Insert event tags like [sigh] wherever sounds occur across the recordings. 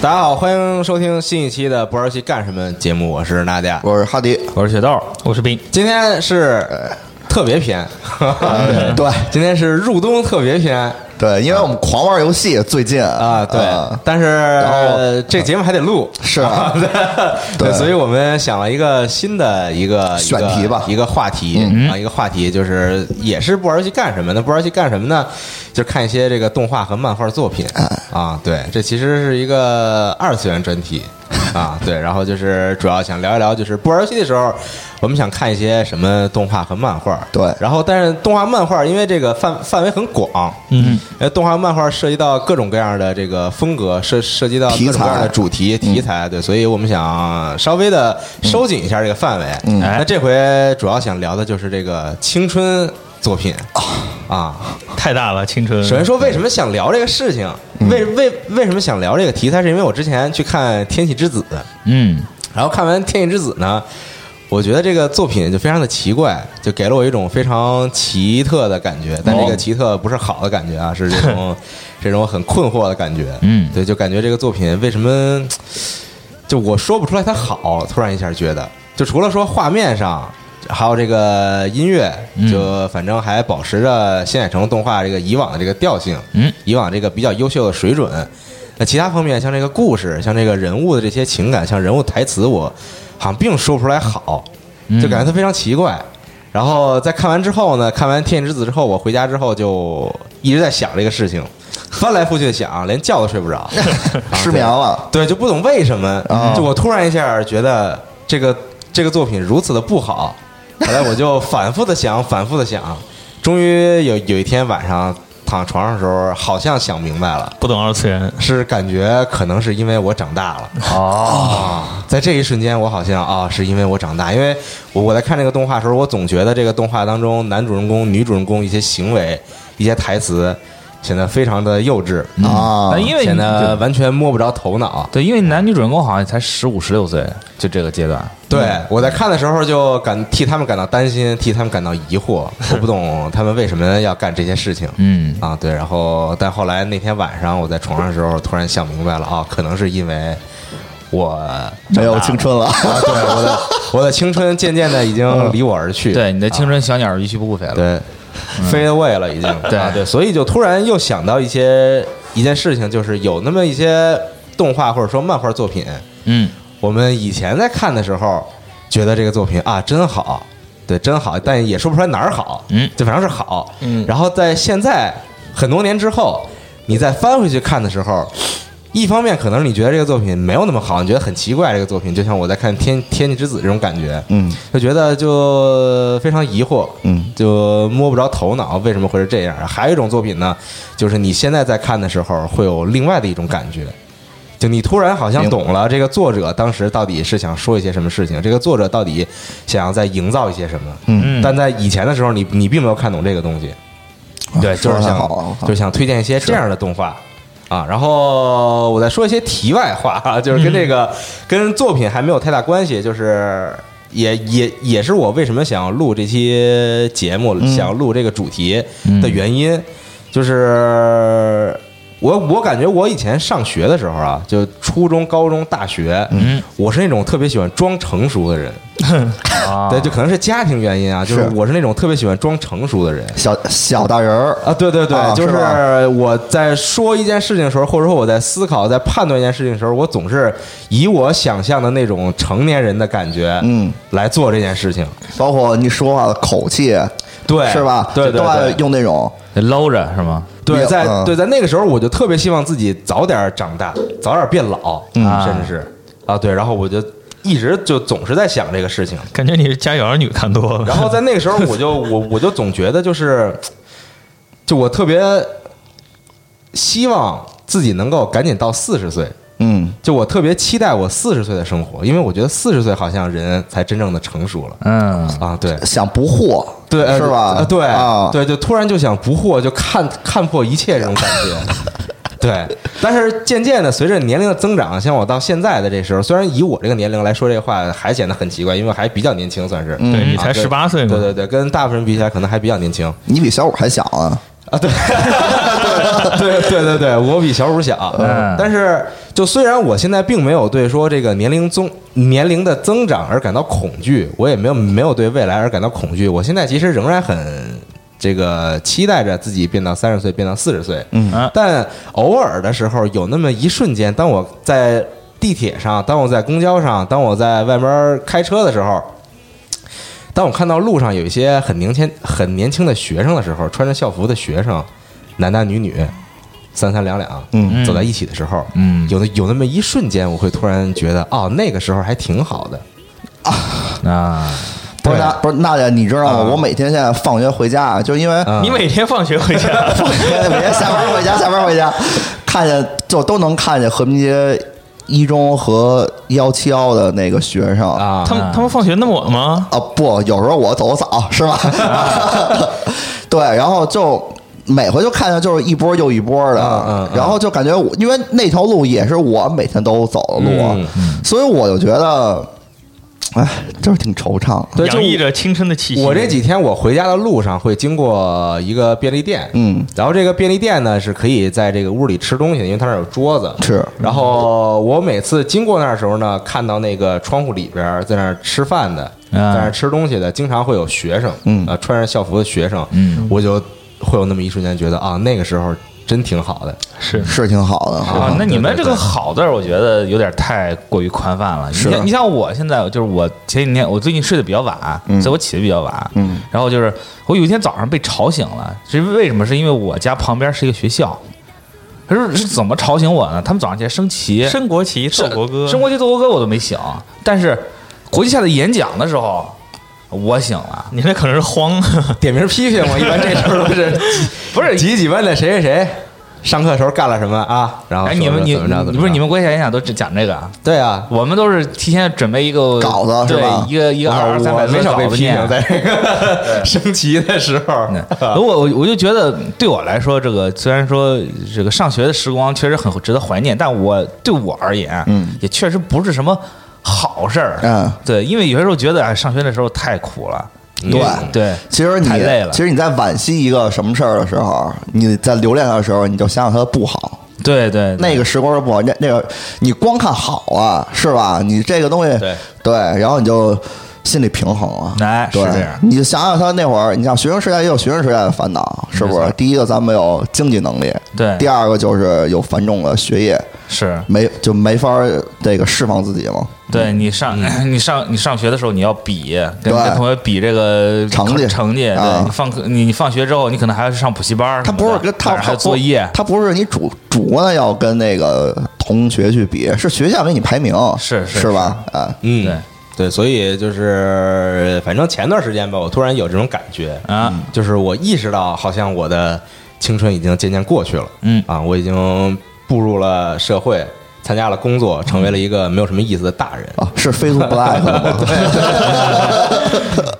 大家好，欢迎收听新一期的《不玩游戏干什么》节目，我是娜迪亚，我是哈迪，我是雪豆，我是冰。今天是呃特别 [laughs] 篇，呃对今天是入冬特别篇对，因为我们狂玩游戏，最近啊，对，呃但是、后呃这节目还得录，是啊 [laughs] 对，对所以我们想了一个新的一个选题吧一个一个话题啊，一个话题就是也是不玩游戏干什么呢？不玩游戏干什么呢？就是看一些这个动画和漫画作品啊，对，这其实是一个二次元专题。啊，对，然后就是主要想聊一聊，就是不玩游戏的时候，我们想看一些什么动画和漫画。对然后但是动画漫画因为这个范范围很广，嗯，呃，动画漫画涉及到各种各样的这个风格，涉涉及到啊各题种各样的材主题题材，对，所以我们想稍微的收紧一下这个范围。嗯哎那这回主要想聊的就是这个青春作品啊。太大了，青春。首先说为什么想聊这个事情，为为为什么想聊这个题材，是因为我之前去看《天气之子》，嗯，然后看完《天气之子》呢，我觉得这个作品就非常的奇怪，就给了我一种非常奇特的感觉。但这个奇特不是好的感觉啊，是这种这种很困惑的感觉。嗯对，就感觉这个作品为什么就我说不出来它好，突然一下觉得，就除了说画面上。还有这个音乐，嗯就反正还保持着新海诚动画这个以往的这个调性，嗯，以往这个比较优秀的水准。那其他方面，像这个故事，像这个人物的这些情感，像人物台词，我好像并说不出来好，嗯嗯就感觉它非常奇怪。然后在看完之后呢，看完《天气之子》之后，我回家之后就一直在想这个事情，翻来覆去的想，连觉都睡不着，啊失眠。了，对，就不懂为什么，哦就我突然一下觉得这个这个作品如此的不好，后来我就反复的想，反复的想，终于有有一天晚上躺床上的时候，好像想明白了，不懂二次元。是感觉可能是因为我长大了。哦，在这一瞬间，我好像啊，是因为我长大，因为我我在看这个动画的时候，我总觉得这个动画当中男主人公、女主人公一些行为、一些台词显得非常的幼稚啊那因为显得对完全摸不着头脑。对，因为男女主人公好像才十五、十六岁，就这个阶段。对，我在看的时候就感替他们感到担心，替他们感到疑惑，我不懂他们为什么要干这些事情。嗯啊，对，然后但后来那天晚上我在床上的时候，突然想明白了啊，可能是因为 [laughs] 我没有 [laughs] 青春了，啊，对，我的我的青春渐渐的已经离我而去，嗯啊对，你的青春小鸟一去不复返了。对飞 away 了已经，对啊对，所以就突然又想到一些一件事情，就是有那么一些动画或者说漫画作品，嗯，我们以前在看的时候，觉得这个作品啊真好，对，真好，但也说不出来哪儿好，嗯就反正是好，嗯然后在现在很多年之后，你再翻回去看的时候。一方面，可能你觉得这个作品没有那么好，你觉得很奇怪。这个作品就像我在看《天天气之子》这种感觉，嗯，就觉得就非常疑惑，嗯，就摸不着头脑，为什么会是这样？还有一种作品呢，就是你现在在看的时候，会有另外的一种感觉，就你突然好像懂了这个作者当时到底是想说一些什么事情，这个作者到底想要在营造一些什么，嗯但在以前的时候你，你并没有看懂这个东西，对，就啊说是得太想好了，就是我靠想推荐一些这样的动画啊。然后我再说一些题外话 [laughs] 啊，就是跟这个、嗯跟作品还没有太大关系，就是也也也是我为什么想要录这期节目，嗯想要录这个主题的原因，就是。我我感觉我以前上学的时候啊，就初中、高中、大学，嗯，我是那种特别喜欢装成熟的人，啊对，就可能是家庭原因啊，就是是我是那种特别喜欢装成熟的人，小小大人儿啊，对对对，啊就是吧我在说一件事情的时候，或者说我在思考、在判断一件事情的时候，我总是以我想象的那种成年人的感觉，嗯，来做这件事情，包括你说话的口气，对，是吧？对对都爱对，用那种得搂着是吗？对，嗯在对在那个时候，我就特别希望自己早点长大，早点变老，嗯甚至是啊，对，然后我就一直就总是在想这个事 [laughs] 情。感觉你是家有儿女看多了。然后在那个时候，我就我我就总觉得就是，就我特别希望自己能够赶紧到四十岁，嗯，就我特别期待我四十岁的生活，因为我觉得四十岁好像人才真正的成熟了嗯，啊，对。想不惑，对，呃是吧？呃对啊，，对，就突然就想不惑，就看看破一切这种感 [laughs] 觉。对，但是渐渐的，随着年龄的增长，像我到现在的这时候，虽然以我这个年龄来说这话还显得很奇怪，因为还比较年轻，算是。嗯对你啊才对十八岁对嘛，对对，跟大部分人比起来，可能还比较年轻你比小五还小啊，啊。对， [laughs] 对对对对，我比小五小，嗯但是就虽然我现在并没有对说这个年龄增年龄的增长而感到恐惧，我也没有没有对未来而感到恐惧，我现在其实仍然很这个期待着自己变到三十岁，变到四十岁。嗯啊但偶尔的时候，有那么一瞬间，当我在地铁上，当我在公交上，当我在外边开车的时候，当我看到路上有一些很年轻、很年轻的学生的时候，穿着校服的学生，男男女女，三三两两，嗯走在一起的时候，嗯有的有那么一瞬间，我会突然觉得，哦，那个时候还挺好的。啊，不是对啊娜，不是娜姐，你知道吗？我每天现在放学回家，就因为嗯你每天放学回 [laughs] 家，啊 [laughs] 每天下班回家，下班回家，看见就都能看见和平街一中和幺七幺的那个学生啊，他们他们放学那么晚吗？啊，不，有时候我走得早是吧？啊 [laughs] 对，然后就每回就看见就是一波又一波的，嗯嗯嗯然后就感觉我因为那条路也是我每天都走的路，啊嗯所以我就觉得，哎，真是挺惆怅。对，就洋溢着青春的气息。我这几天我回家的路上会经过一个便利店，嗯，然后这个便利店呢是可以在这个屋里吃东西的，因为它那儿有桌子。是，然后我每次经过那儿的时候呢，看到那个窗户里边儿在那儿吃饭的，在啊那儿吃东西的，经常会有学生，嗯呃，穿着校服的学生，嗯，我就会有那么一瞬间觉得啊，那个时候真挺好的。是是挺好的。啊，那你们这 [laughs] 对个对好字儿，我觉得有点太过于宽泛了。是你像你像我现在，就是我前几天，我最近睡得比较晚，嗯所以我起得比较晚。嗯，然后就是我有一天早上被吵醒了，是为什么？是因为我家旁边是一个学校。可是是怎么吵醒我呢？他们早上起来升旗，升国旗、奏国歌，升国旗、奏国歌我都没醒，但是国际赛的演讲的时候，我醒了。啊你那可能是慌， [laughs] 点名批评嘛，一般这时候都 [laughs] 是不是几几班的谁谁谁上课的时候干了什么啊，然后哎，你们你怎么着怎么着，不是你们国际赛演讲都只讲这个啊？对啊，我们都是提前准备一个稿子是对吧一个一个二我二三百我字没的少被稿子批念啊评，在这个 [laughs] 升旗的时候，嗯我我我就觉得，对我来说，这个虽然说这个上学的时光确实很值得怀念，但我对我而言，啊嗯，也确实不是什么好事儿。嗯对，因为有些时候觉得，哎，上学那时候太苦了。嗯因为对对，其实你太累了其实你在惋惜一个什么事儿的时候，你在留恋它的时候，你就想想它的不好。对对，那个时光是不好，那那个你光看好啊，是吧？你这个东西对对然后你就心里平衡了。哎是对这样你就想想他那会儿，你像学生时代也有学生时代的烦恼，是不没是错？第一个咱们有经济能力，对第二个就是有繁重的学业，是没就没法儿这个释放自己嘛。对你上 [laughs] 你上你上学的时候，你要比跟嗯对跟同学比这个成绩成绩。啊对你放课你你放学之后，你可能还要去上补习班儿什他么不是的跟晚他上还他有作业，他不是你主主观的要跟那个同学去比，是学校给你排名，是是是吧？啊，嗯，对对，所以就是反正前段时间吧，我突然有这种感觉，嗯啊，就是我意识到好像我的青春已经渐渐过去了，嗯啊，我已经步入了社会，参加了工作，成为了一个没有什么意思的大人。 [laughs] 啊是 Facebook Black 的吗？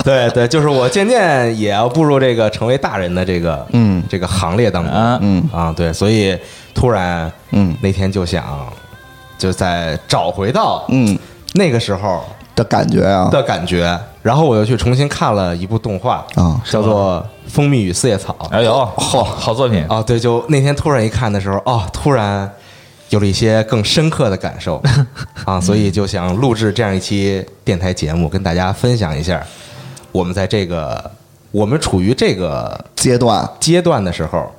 对 [laughs] 对，就是我渐渐也要步入这个成为大人的这个嗯这个行列当中啊嗯啊，对，所以突然嗯那天就想，就在找回到嗯那个时候的感觉啊的感觉，然后我又去重新看了一部动画，啊，叫做《蜂蜜与四叶草》哎呦，好好作嗯品，啊，对，就那天突然一看的时候，哦，突然有了一些更深刻的感 [laughs] 受啊，所以就想录制这样一期电台节目，跟大家分享一下我们在这个我们处于这个阶段阶段的时候。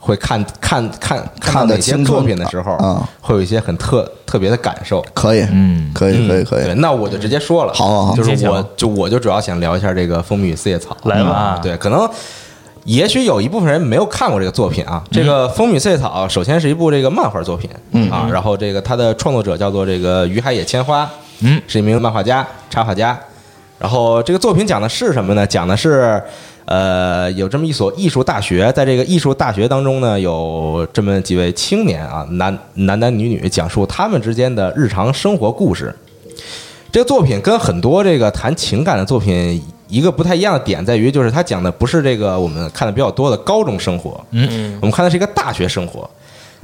会看看看看到得哪些清楚作品的时候，啊会有一些很特特别的感受。可以，嗯可以，可以，嗯可对，以。那我就直接说了，好好好就你是先我讲就我就主要想聊一下这个《蜂蜜与四叶草》，来吧嗯啊对，可能。也许有一部分人没有看过这个作品啊。这个《蜂蜜四叶草》首先是一部这个漫画作品，嗯啊，然后这个它的创作者叫做这个于海野千花，嗯，是一名漫画家、插画家。然后这个作品讲的是什么呢？讲的是，呃，有这么一所艺术大学，在这个艺术大学当中呢，有这么几位青年啊，男男男女女，讲述他们之间的日常生活故事。这个作品跟很多这个谈情感的作品一个不太一样的点在于，就是它讲的不是这个我们看的比较多的高中生活，嗯，我们看的是一个大学生活。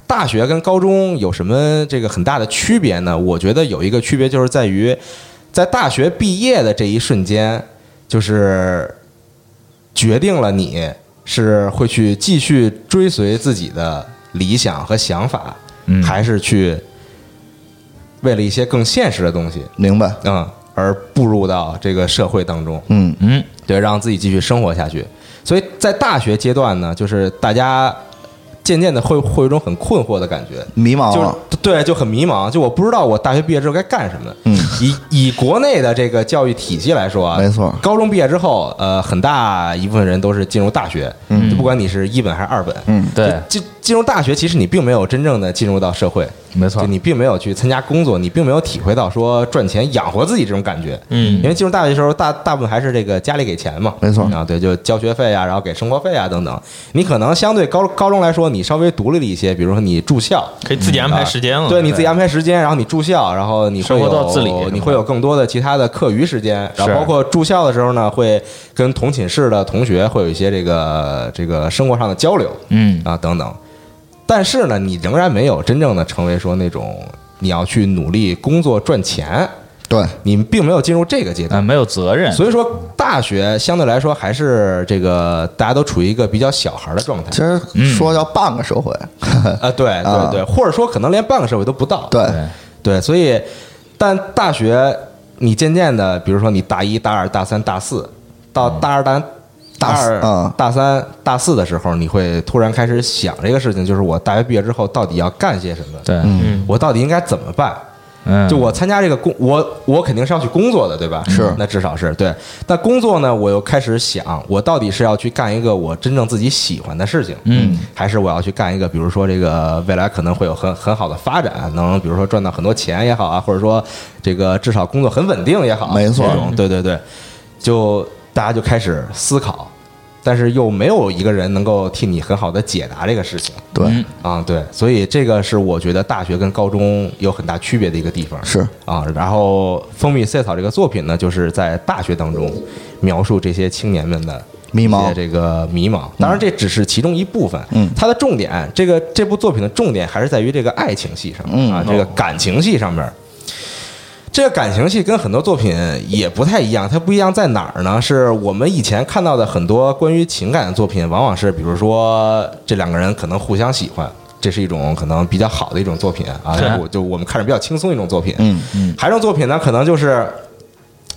大学跟高中有什么这个很大的区别呢？我觉得有一个区别就是在于，在大学毕业的这一瞬间，就是决定了你是会去继续追随自己的理想和想法，嗯还是去为了一些更现实的东西，明白？嗯，而步入到这个社会当中。嗯，嗯对，让自己继续生活下去。所以在大学阶段呢，就是大家渐渐的会会有一种很困惑的感觉，迷茫啊就是了。对，就很迷茫，就我不知道我大学毕业之后该干什么。嗯，以以国内的这个教育体系来说啊，没错高中毕业之后，呃，很大一部分人都是进入大学，嗯，就不管你是一本还是二本，嗯，对，进进入大学，其实你并没有真正的进入到社会，没错就你并没有去参加工作，你并没有体会到说赚钱养活自己这种感觉。嗯因为进入大学的时候，大大部分还是这个家里给钱嘛，没错啊，对，就交学费啊，然后给生活费啊等等。你可能相对高高中来说，你稍微独立了一些，比如说你住校。啊可以自己安排时间了。对，你自己安排时间，然后你住校，然后你会生活都要有自理你会有更多的其他的课余时间，然后包括住校的时候呢，会跟同寝室的同学会有一些这个这个生活上的交流，嗯啊等等。但是呢，你仍然没有真正的成为说那种你要去努力工作赚钱，对，你并没有进入这个阶啊，段。没有责任，所以说，大学相对来说还是这个大家都处于一个比较小孩的状态其实说要半个社会，啊，对对对，或者说可能连半个社会都不到。对，对，对，所以但大学你渐渐的，比如说你大一、大二、大三、大四，到大二、大大大四二嗯、大三、大四的时候，你会突然开始想这个事情，就是我大学毕业之后到底要干些什么？对，嗯，我到底应该怎么办？嗯，就我参加这个工，我我肯定是要去工作的，对吧？是那至少是对。但工作呢，我又开始想，我到底是要去干一个我真正自己喜欢的事情，嗯，还是我要去干一个，比如说这个未来可能会有很很好的发展，啊能比如说赚到很多钱也好啊，或者说这个至少工作很稳定也好，没错这种对对对，就大家就开始思考，但是又没有一个人能够替你很好的解答这个事情。对，啊、对，所以这个是我觉得大学跟高中有很大区别的一个地方。是啊，然后《蜂蜜赛草》这个作品呢，就是在大学当中描述这些青年们的迷茫一些这个迷茫。当然，这只是其中一部分。嗯它的重点，这个这部作品的重点还是在于这个爱情戏上面嗯啊，这个感情戏上面。这个感情戏跟很多作品也不太一样，它不一样在哪儿呢？是我们以前看到的很多关于情感的作品，往往是比如说这两个人可能互相喜欢，这是一种可能比较好的一种作品啊，对我就我们看着比较轻松的一种作品。嗯，还有一种作品呢，可能就是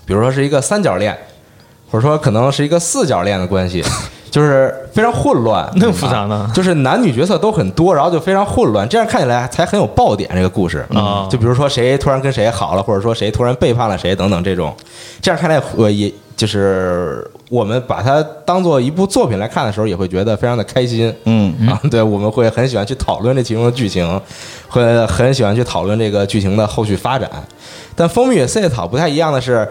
比如说是一个三角恋，或者说可能是一个四角恋的关系，就是非常混乱， [laughs] 那么复杂呢啊就是男女角色都很多，然后就非常混乱，这样看起来才很有爆点。这个故事啊就比如说谁突然跟谁好了，或者说谁突然背叛了谁等等这种，这样看来呃也就是我们把它当做一部作品来看的时候，也会觉得非常的开心。嗯啊，对，我们会很喜欢去讨论这其中的剧情，会很喜欢去讨论这个剧情的后续发展。但《蜂蜜与四叶草》不太一样的是，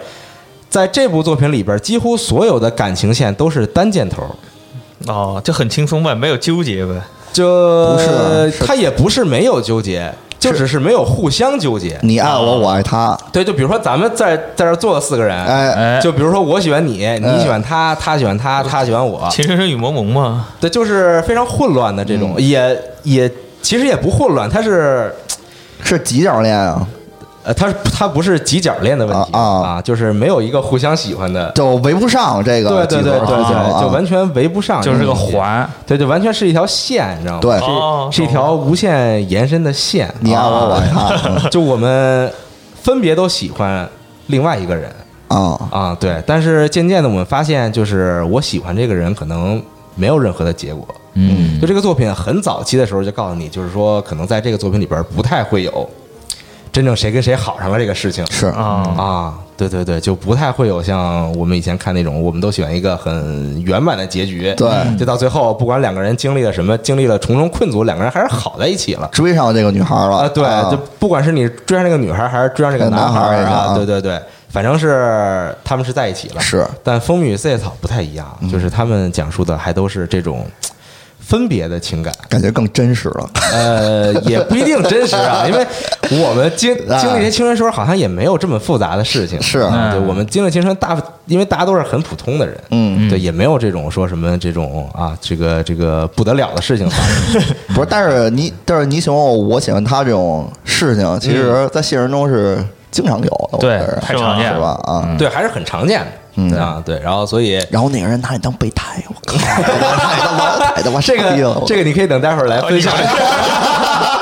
在这部作品里边，几乎所有的感情线都是单箭头，哦，就很轻松呗，没有纠结呗。就不是啊是他也不是没有纠结，就只是没有互相纠结。你爱我，我爱他，对，就比如说咱们在在这儿坐了四个人，哎，哎，就比如说我喜欢你，你喜欢他，他喜欢他，他喜欢我，情深深雨蒙蒙嘛，对，就是非常混乱的这种，嗯也也其实也不混乱，它是是几角恋啊？呃，它它不是几角恋的问题啊啊就是没有一个互相喜欢的，就围不上这对个对几对个对人啊对，就完全围不上，啊就是这个环。环，对，就完全是一条线，你知道吗？对是、啊哦是一条无限延伸的线。啊你爱我，我爱他就我们分别都喜欢另外一个人啊，啊，对。但是渐渐的，我们发现，就是我喜欢这个人，可能没有任何的结果。嗯就这个作品很早期的时候就告诉你，就是说，可能在这个作品里边不太会有真正谁跟谁好上了这个事情是啊，啊，对对对，就不太会有像我们以前看那种，我们都喜欢一个很圆满的结局，嗯对就到最后不管两个人经历了什么，经历了重重困阻，两个人还是好在一起了。追上这个女孩了啊，对，就不管是你追上这个女孩，还是追上这个男男孩儿也是啊，啊对对对，反正是他们是在一起了。是，嗯但《风雨四叶草》不太一样，就是他们讲述的还都是这种嘖分别的情感，感觉更真实了。呃，也不一定真实啊，因为我们 [laughs] 经经历一些青春时候，好像也没有这么复杂的事情。啊是啊对，我们经历青春大，因为大家都是很普通的人，嗯对，也没有这种说什么这种啊，这个这个不得了的事情发生。不是，但是你但是你喜欢我，我喜欢他这种事嗯情，其实在现实中是经常有的，我对觉得太常见是吧？啊，对，还是很常见的。嗯啊，对，然后所以然后那个人拿你当备胎，我 [laughs] 靠，太他妈太他妈这傻逼了个我哎这个你可以等待会儿来分 [laughs] 享。哦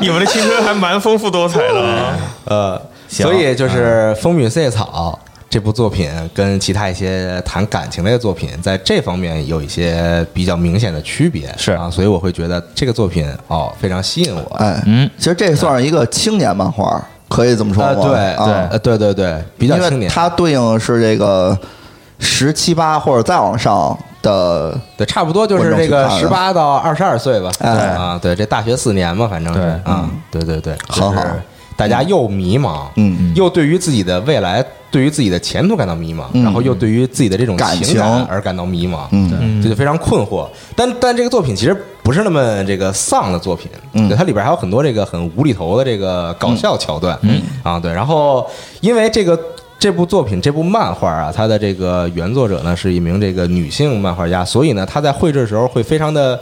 你们的青春还蛮丰富多彩的啊。呃，所以嗯就是《风雨四叶草》这部作品跟其他一些谈感情类的作品，在这方面有一些比较明显的区别，是啊，所以我会觉得这个作品哦非常吸引我。哎，嗯，其实这算是一个青年漫画，可以这么说啊，吗？对啊呃对对对，比较青因为年它对应是这个十七八或者再往上的，对，差不多就是这个我能去十看八到二十二岁吧。哎啊，对，这大学四年嘛，反正是对啊，对对对，很就是好大家又迷茫，嗯，又对于自己的未来、对于自己的前途感到迷茫，嗯然后又对于自己的这种感情感情而感到迷茫，嗯对，这就非常困惑。但但这个作品其实不是那么这个丧的作品，嗯对，它里边还有很多这个很无厘头的这个搞笑桥段，嗯啊，对，然后因为这个。这部作品，这部漫画啊，它的这个原作者呢是一名这个女性漫画家，所以呢，她在绘制的时候会非常的，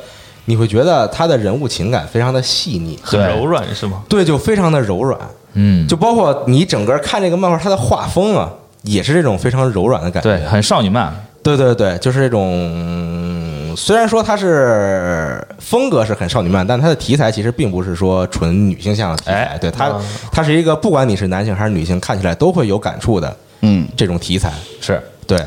你会觉得她的人物情感非常的细腻，很对柔软是吗？对，就非常的柔软，嗯，就包括你整个看这个漫画，它的画风啊，也是这种非常柔软的感觉。对，很少女漫，对对对就是这种。嗯虽然说它是风格是很少女漫，但它的题材其实并不是说纯女性向的题材。哎对它，它是一个不管你是男性还是女性，看起来都会有感触的嗯这种题材。是对，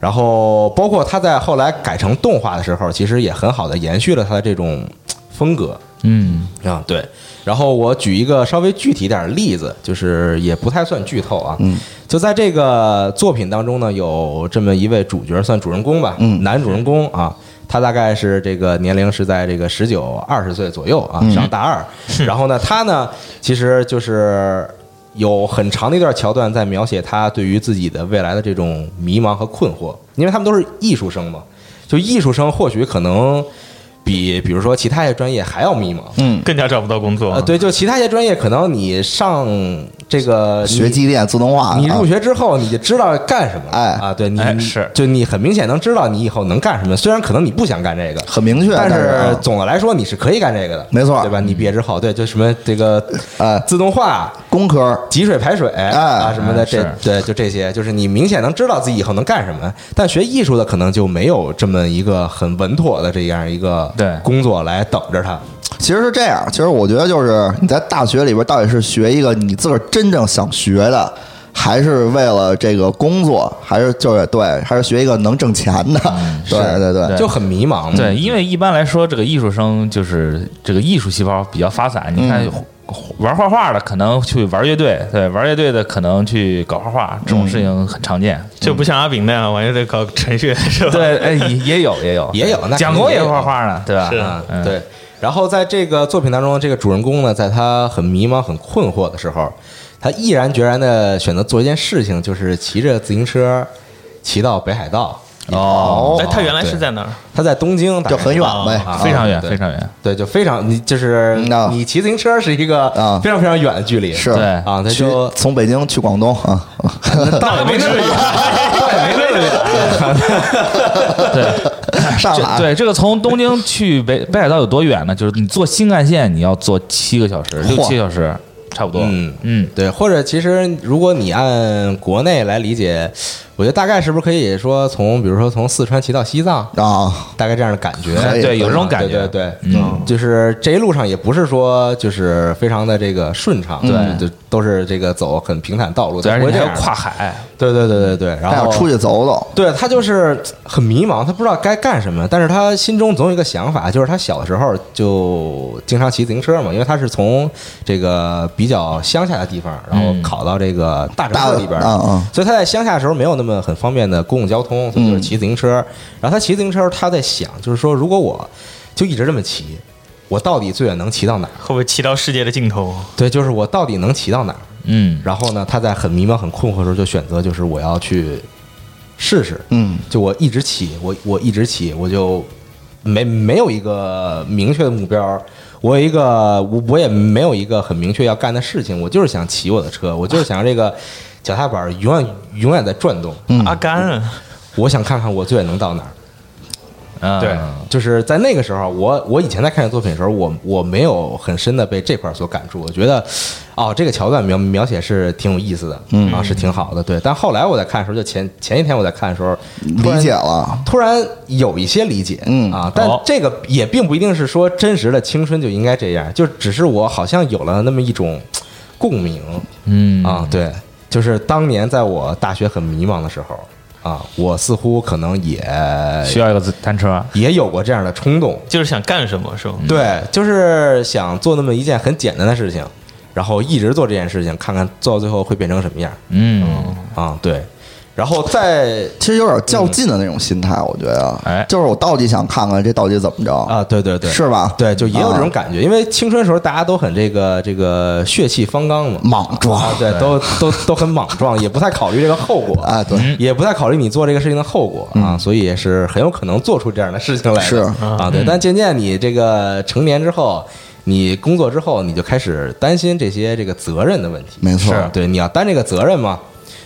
然后包括它在后来改成动画的时候，其实也很好的延续了它的这种嘖风格。嗯，啊，对。然后我举一个稍微具体点儿的例子，就是也不太算剧透啊。嗯，就在这个作品当中呢，有这么一位主角，算主人公吧，嗯男主人公啊，他大概是这个年龄是在这个十九二十岁左右嗯啊，上大二。然后呢，他呢，其实就是。有很长的一段桥段在描写他对于自己的未来的这种迷茫和困惑，因为他们都是艺术生嘛，就艺术生或许可能比比如说其他一些专业还要迷茫，嗯，更加找不到工作啊呃，，对，就其他一些专业，可能你上这个学你机电自动化，你入啊学之后你就知道干什么了，哎啊，对你、哎你是就你很明显能知道你以后能干什么，虽然可能你不想干这个。很明确，但但是啊总的来说，你是可以干这个的，没错对吧？你毕业之后，对，就什么这个哎自动化、工科集水排水啊什么的，哎这是对就这些，就是你明显能知道自己以后能干什么。但学艺术的可能就没有这么一个很稳妥的这样一个对工作来等着他。其实是这样，其实我觉得就是你在大学里边到底是学一个你自个儿真正想学的，还是为了这个工作，还是就是对，还是学一个能挣钱的，对嗯是对对，就很迷茫嘛。对，因为一般来说，这个艺术生就是这个艺术细胞比较发散。你看，嗯玩画画的可能去玩乐队，对，玩乐队的可能去搞画画，这嗯种事情很常见。就不像阿炳那样，完全得搞 [laughs] 程序是吧？对，哎，也也有，也有，也有那肯定蒋公也也有画画呢，对吧？是啊，嗯对。然后在这个作品当中，这个主人公呢，在他很迷茫、很困惑的时候，他毅然决然的选择做一件事情，就是骑着自行车骑到北海道。哦哎，他原来对是在哪儿？他在东京，大概就很远呗啊非常远，对非常远。对，就非常你就是嗯啊你骑自行车是一个啊非常非常远的距离，是对啊，他去就从北京去广东啊，倒也没那么远，倒也没那么远， [laughs] 上这海对这个从东京去北北海道有多远呢？就是你坐新干线，你要坐七个小时，六嚯七小时，差不多。嗯嗯，对，或者其实如果你按国内来理解，我觉得大概是不是可以说从，比如说从四川骑到西藏，啊，大概这样的感觉。可以对，有这种感对对觉，对，嗯，就是这一路上也不是说就是非常的这个顺畅，对就都是这个走很平坦道路，对，而不且会你还这要样跨，海，对对对对对，然还后想出去走走，对他就是很迷茫，他不知道该干什么，但是他心中总有一个想法，就是他小的时候就经常骑自行车嘛，因为他是从这个比较乡下的地方，然后嗯考到这个大大城市里边儿，嗯啊啊，所以他在乡下的时候没有那么很方便的公共交通，所以就是骑自行车。然后他骑自行车，他在想，就是说如果我就一直这么骑，我到底最远能骑到哪儿？会不会骑到世界的尽头？对，就是我到底能骑到哪儿？嗯，然后呢，他在很迷茫、很困惑的时候，就选择就是我要去试试，嗯就我一直骑，我我一直骑，我就没没有一个明确的目标，我有一个我我也没有一个很明确要干的事情，我就是想骑我的车，我就是想让这个脚踏板永远永远在转动，嗯阿甘啊，我想看看我最远能到哪儿。啊对就是在那个时候，我我以前在看这作品的时候，我我没有很深的被这块儿所感触，我觉得，哦，这个桥段描描写是挺有意思的，嗯啊，是挺好的，对。但后来我在看的时候，就前前一天我在看的时候，突然理解了，突然有一些理解，嗯啊，但好这个也并不一定是说真实的青春就应该这样，就只是我好像有了那么一种共鸣嗯啊，对，就是当年在我大学很迷茫的时候。啊，我似乎可能也需要一个自单车，也有过这样的冲动，就是想干什么是吗？对，嗯就是想做那么一件很简单的事情，然后一直做这件事情，看看做到最后会变成什么样嗯，啊？对，然后再其实有点嗯较劲的那种心态，我觉得，哎就是我到底想看看这到底怎么着，啊，对对对，是吧？对，就也有这种啊感觉，因为青春时候大家都很这个这个血气方刚嘛，莽撞啊，对，都都都很莽撞，也不太考虑这个后果 [laughs] 嗯啊，对，嗯也不太考虑你做这个事情的后果啊，所以也是很有可能做出这样的事情来的。是啊，对。但渐渐你这个成年之后，你工作之后，你就开始担心这些这个责任的问题。没错是哦啊对，你要担这个责任嘛，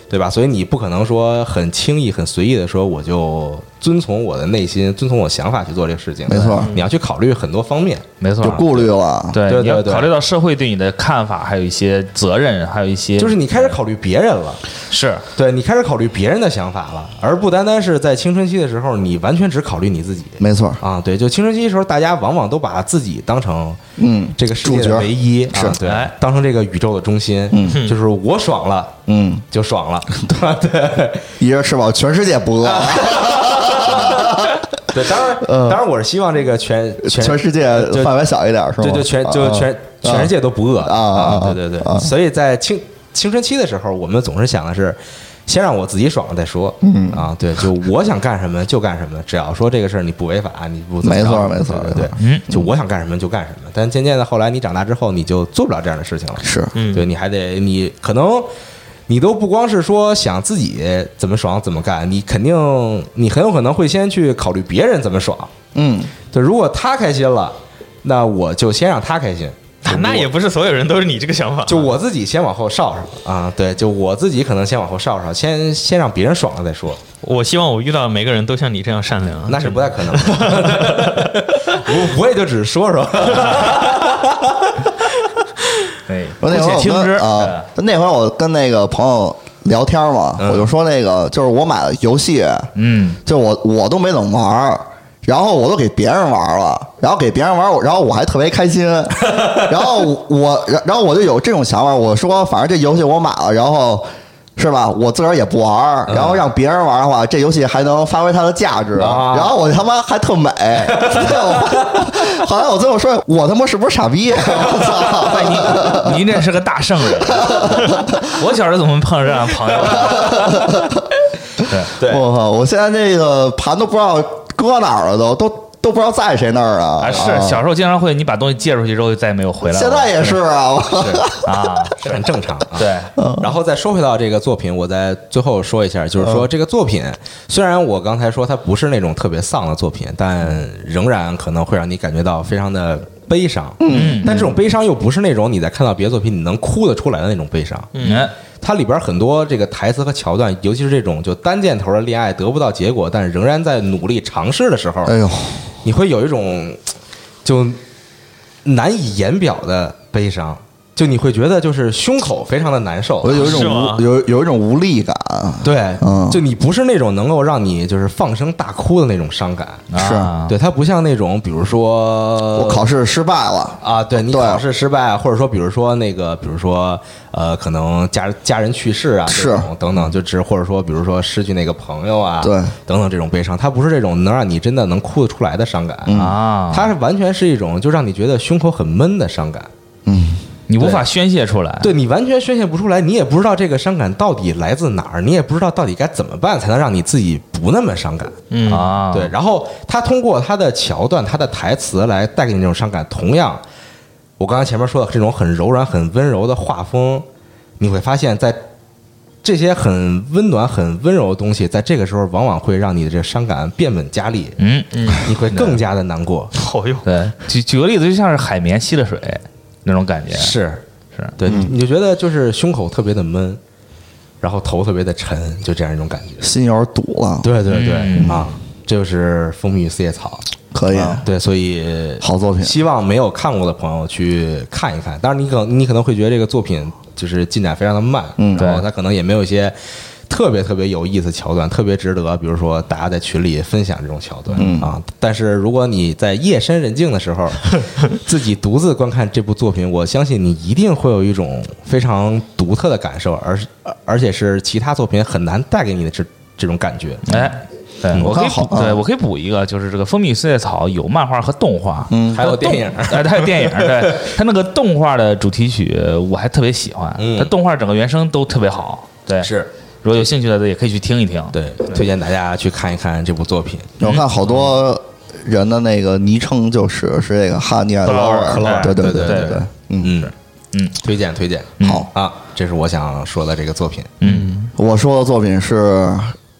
对吧？所以你不可能说很轻易、很随意的说我就遵从我的内心、遵从我想法去做这个事情。嗯没错你要去考虑很多方面。没错就，顾虑了，对对你要对对考虑到社会对你的看法，还有一些责任，还有一些就是你开始考虑别人了，是对你开始考虑别人的想法了，而不单单是在青春期的时候，你完全只考虑你自己。没错，啊，对，就青春期的时候，大家往往都把自己当成嗯，这个世界主角的唯一，啊是对哎，当成这个宇宙的中心，嗯，就是我爽了嗯，就爽了， [laughs] 对对一人吃饱全世界不饿，啊 [laughs] [laughs] 对，当然当然，我是希望这个全全呃全世界就范围小一点是吗？对对全就啊全全世界都不饿啊啊啊啊对对啊对，所以在青青春期的时候，我们总是想的是。先让我自己爽了再说，嗯啊，对，就我想干什么就干什么，只要说这个事儿你不违法，你不怎么着没错没错对对对，没错就我想干什么就干什么。但渐渐的，后来你长大之后，你就做不了这样的事情了，是嗯对，你还得你可能你都不光是说想自己怎么爽怎么干，你肯定你很有可能会先去考虑别人怎么爽。嗯，对，如果他开心了，那我就先让他开心。那啊那也不是所有人都是你这个想法，就我自己先往后稍稍啊，对，就我自己可能先往后稍稍，先先让别人爽了再说，我希望我遇到的每个人都像你这样善良。那是啊真不的太可能的。 [laughs] 我我也就只是说说，对，我那会且儿我听之跟啊，那会儿我跟那个朋友聊天嘛，嗯我就说那个就是我买了游戏， [laughs] 嗯，就我我都没怎么玩儿，然后我都给别人玩儿了，然后给别人玩儿，我然后我还特别开 [laughs] 心，然后我然然后我就有这种想法，我说反正这游戏我买了，然后。是吧？我自个儿也不玩儿，然嗯后让别人玩儿的话，这游戏还能发挥它的价值。啊然后我他妈还特 [laughs] 美，对我好像我最后说，我他妈是不是傻逼？啊 [laughs] 我操！ [laughs] 您这是个大圣 [laughs] 人，我小时候怎么碰上这样的朋友？啊对，对我靠！我现在这个盘都不知道搁哪儿了都，都都不知道在谁那儿了。 [laughs] 啊，是小时候经常会，你把东西借出去之后就再也没有回来了。现在也是啊， [laughs] 我是啊，这很正常啊。 [laughs] 对，然后再说回到这个作品，我再最后说一下，就是嗯说这个作品，虽然我刚才说它不是那种特别丧的作品，但仍然可能会让你感觉到非常的悲伤。嗯，但这种悲伤又不是那种你在看到别的作品你能哭得出来的那种悲伤。嗯，它里边很多这个台词和桥段，尤其是这种就单箭头的恋爱得不到结果，但仍然在努力尝试的时候，哎呦，你会有一种就难以言表的悲伤。就你会觉得就是胸口非常的难受我，有一种是吗无有有一种无力感，对嗯，就你不是那种能够让你就是放声大哭的那种伤感，是啊对，它不像那种比如说我考试失败了，啊，对你对考试失败，或者说比如说那个，比如说呃，可能家家人去世啊，这是种等等，就只或者说比如说失去那个朋友啊，对，等等这种悲伤，它不是这种能让你真的能哭得出来的伤感，啊，它是完全是一种就让你觉得胸口很闷的伤感，啊嗯，你无法宣泄出来，对你完全宣泄不出来，你也不知道这个伤感到底来自哪儿，你也不知道到底该怎么办才能让你自己不那么伤感，嗯啊，对，然后他通过他的桥段、他的台词来带给你这种伤感。同样，我刚才前面说的这种很柔软、很温柔的画风，你会发现在这些很温暖、很温柔的东西，在这个时候往往会让你的这伤感变本加 [laughs] 厉，嗯，你会更加的难过。好哟，对，举举个例子，就像是海绵吸了水那种感 [laughs] 觉，是嗯是对，你就觉得就是胸口特别的闷，然后头特别的沉，就这样一种感觉。心有点堵了，对对对，嗯啊，这就是《蜂蜜与四叶草》。可以，啊嗯对，所以好作品希望没有看过的朋友去看一看。当然，你可你可能会觉得这个作品就是进展非常的慢，嗯然后对它可能也没有一些特别特别有意思的桥段，特别值得，比如说大家在群里分享这种桥段、嗯啊。但是如果你在夜深人静的时 [laughs] 候自己独自观看这部作品，我相信你一定会有一种非常独特的感受，而是而且是其他作品很难带给你的这这种感觉。哎。对，我可以刚好补啊对我可以补一个，就是这个《蜂蜜与四叶草》有漫画和动画，嗯还有电影它的动，哎，还有电影，对 [laughs] 它那个动画的主题曲我还特别喜欢，嗯它动画整个原声都特别好，对，是如果有兴趣的也可以去听一听，对，推荐大家去看一看这部作品。我看好多人的那个昵称就是是这个汉尼尔 Flower，Flower，对对对对对对，嗯，嗯嗯，推荐推荐好，啊！这是我想说的这个作品嗯，我说的作品是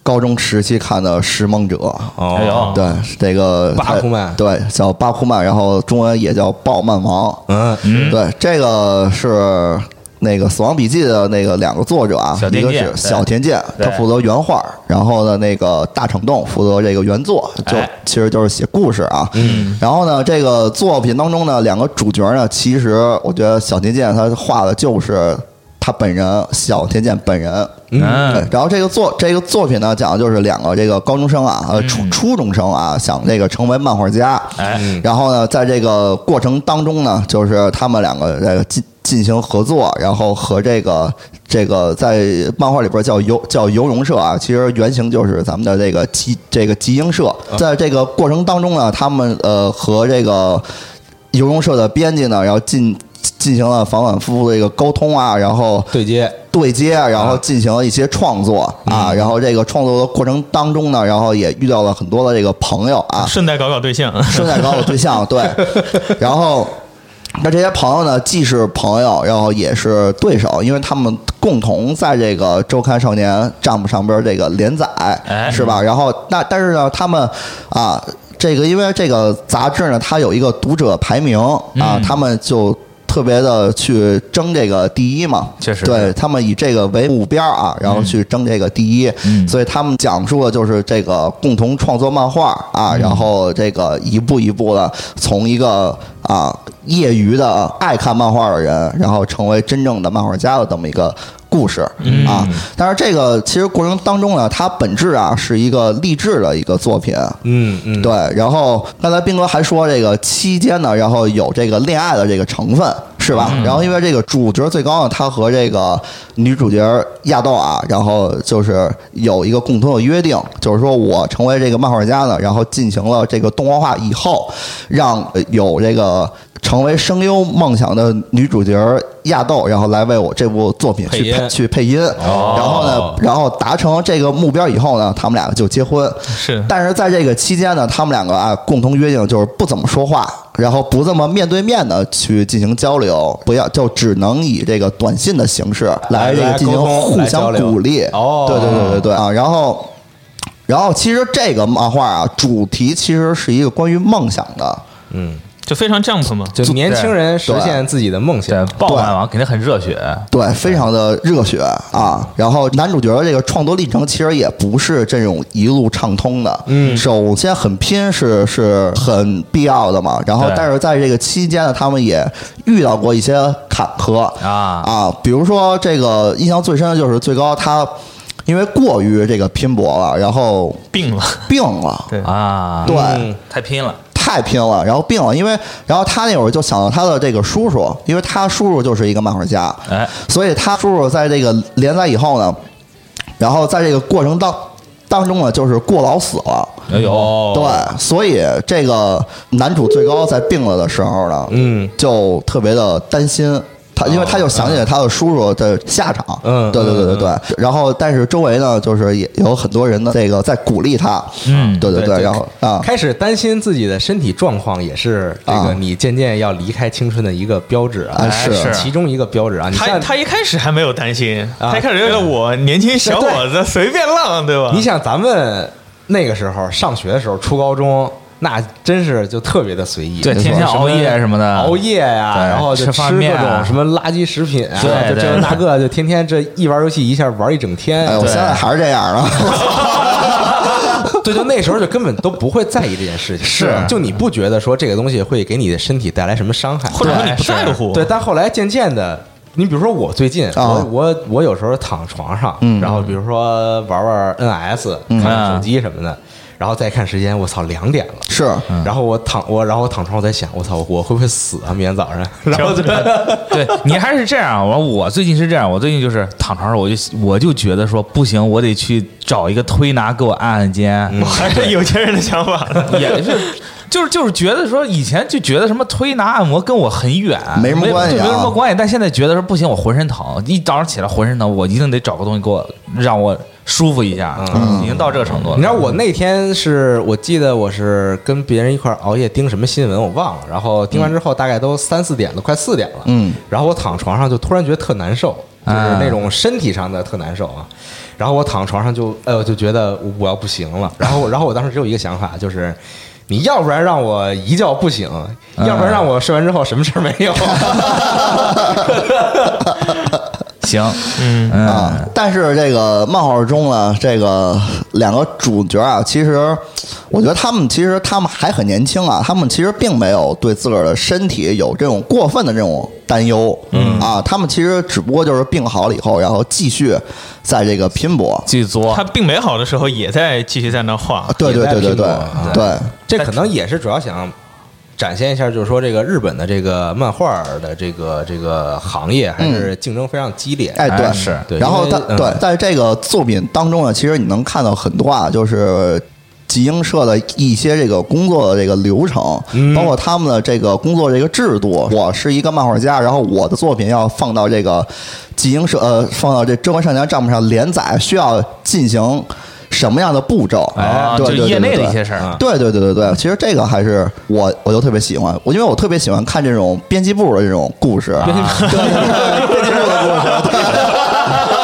高中时期看的《拾梦者》。哎哦。呦，对，这个巴库曼对，叫巴库曼，然后中文也叫暴漫王。嗯，嗯，对，这个是那个《死亡笔记》的那个两个作者啊小，一田个是健小田健，对他负责原画，然后呢，那个大成洞负责这个原作，就哎其实就是写故事啊。嗯，然后呢，这个作品当中呢，两个主角呢，其实我觉得小田健他画的就是他本人，小田健本人。对嗯，然后这个作这个作品呢，讲的就是两个这个高中生啊，呃初嗯初中生啊，想这个成为漫画家，哎，嗯然后呢，在这个过程当中呢，就是他们两个在进进行合作，然后和这个这个在漫画里边叫游叫游荣社啊，其实原型就是咱们的这个集这个集英社。在这个过程当中呢，他们呃和这个游荣社的编辑呢，然后进进行了反反复复的一个沟通啊，然后对接对接，啊然后进行了一些创作啊，然后这个创作的过程当中呢，然后也遇到了很多的这个朋友啊，顺带搞搞对象， [laughs] 顺带搞我对象，对，然后。那这些朋友呢，既是朋友，然后也是对手，因为他们共同在这个《周刊少年账目上边这个连载，哎是吧？然后那但是呢，他们啊，这个因为这个杂志呢，它有一个读者排名啊，嗯他们就特别的去争这个第一嘛，确实对他们以这个为目标啊，然后去争这个第一，嗯所以他们讲述的就是这个共同创作漫画啊，然后这个一步一步的从一个啊业余的爱看漫画的人，然后成为真正的漫画家的这么一个故事啊。但是这个其实过程当中呢，它本质啊是一个励志的一个作品，啊嗯嗯，对，然后刚才斌哥还说这个期间呢，然后有这个恋爱的这个成分，是吧？然后因为这个主角最高呢，他和这个女主角亚豆啊，然后就是有一个共同的约定，就是说我成为这个漫画家呢，然后进行了这个动画化以后，让呃有这个成为声优梦想的女主角亚豆，然后来为我这部作品去配音配去配音，然后呢，然后达成这个目标以后呢，他们俩就结婚。 [laughs] 是但是在这个期间呢，他们两个啊共同约定就是不怎么说话，然后不这么面对面的去进行交流，不要就只能以这个短信的形式来这个进行互相鼓励。来沟通来交流哦对对对对对啊，然后。然后，其实这个漫画啊，主题其实是一个关于梦想的，嗯就非常 jump 嘛。就年轻人实现自己的梦对想，，爆满王肯定很热血，对，非常的热血啊。然后男主角的这个创作历程其实也不是这种一路畅通的，嗯，首先很拼是是很必要的嘛。然后对但是在这个期间呢，他们也遇到过一些坎坷嗯啊啊，比如说这个印象最深的就是最高他因为过于这个拼搏了，然后病了，病了，对啊，对，嗯太拼了，太拼了，然后病了，因为然后他那会儿就想到他的这个叔叔，因为他叔叔就是一个漫画家，哎，所以他叔叔在这个连载以后呢，然后在这个过程当当中呢，就是过劳死了。哎哦呦，对，所以这个男主最高在病了的时候呢，嗯，哦就特别的担心。他因为他就想起了他的叔叔的下场，嗯对对对对对。然后，但是周围呢，就是也有很多人呢，这个在鼓励他，嗯对对对对。然后啊，开始担心自己的身体状况，也是这个啊你渐渐要离开青春的一个标志啊，啊哎是是其中一个标志啊。你他像他一开始还没有担心，啊他一开始觉得我年轻小伙子随便浪，对吧？你想咱们那个时候上学的时候，初高中。那真是就特别的随意，对什么天天熬夜什么的熬夜呀、啊对然后就吃吃方各便面啊种什么垃圾食品啊，对就这对那个，就天天这一玩游戏一下玩一整天。哎，我对现在还是这样啊。 [laughs] 对，就那时候就根本都不会在意这件事情，是就你不觉得说这个东西会给你的身体带来什么伤害，或者说你不对是在乎，对，但后来渐渐的，你比如说我最近，啊我我我有时候躺床上，然后比如说玩玩 NS，看看手机什么的，然后再看时间，我操，两点了。是，然后我躺我，然后我躺床，我在想，我操，我会不会死啊？明天早上，然后就对你还是这样。我我最近是这样，我最近就是躺床上，我就我就觉得说不行，我得去找一个推拿给我按按肩。嗯还是有钱人的想 [laughs] 法。也是，就是就是觉得说以前就觉得什么推拿按摩跟我很远，没什么没关系就没啊什么关系。但现在觉得说不行，我浑身疼，一早上起来浑身疼，我一定得找个东西给我让我舒服一下，嗯已经到这个程度了。你知道我那天是我记得我是跟别人一块儿熬夜盯什么新闻，我忘了。然后盯完之后大概都三四点了，快四点了。嗯，然后我躺床上就突然觉得特难受，就是啊那种身体上的特难受啊。然后我躺床上就哎呦就觉得我要不行了。然后然后我当时只有一个想法就是。你要不然让我一觉不醒，要不然让我睡完之后什么事儿没有。行，嗯，嗯，啊，但是这个漫画中呢，这个两个主角啊，其实我觉得他们其实他们还很年轻啊，他们其实并没有对自个儿的身体有这种过分的这种担忧，嗯啊，他们其实只不过就是病好了以后，然后继续在这个拼搏，继续作他。病没好的时候也在继续在那画啊，对对对对对啊对，这可能也是主要想展现一下，就是说这个日本的这个漫画的这个这个行业还是竞争非常激烈。哎对哎是对然后因为在嗯对，在这个作品当中呢，其实你能看到很多啊，就是集英社的一些这个工作的这个流程，嗯包括他们的这个工作这个制度。我是一个漫画家，然后我的作品要放到这个集英社呃，放到这《甄嬛上家账目上连载，需要进行什么样的步骤？啊，对就对对业对内的对一些事儿，啊对对对对对，其实这个还是我我就特别喜欢，我因为我特别喜欢看这种编辑部的这种故事，对啊编辑部的故事，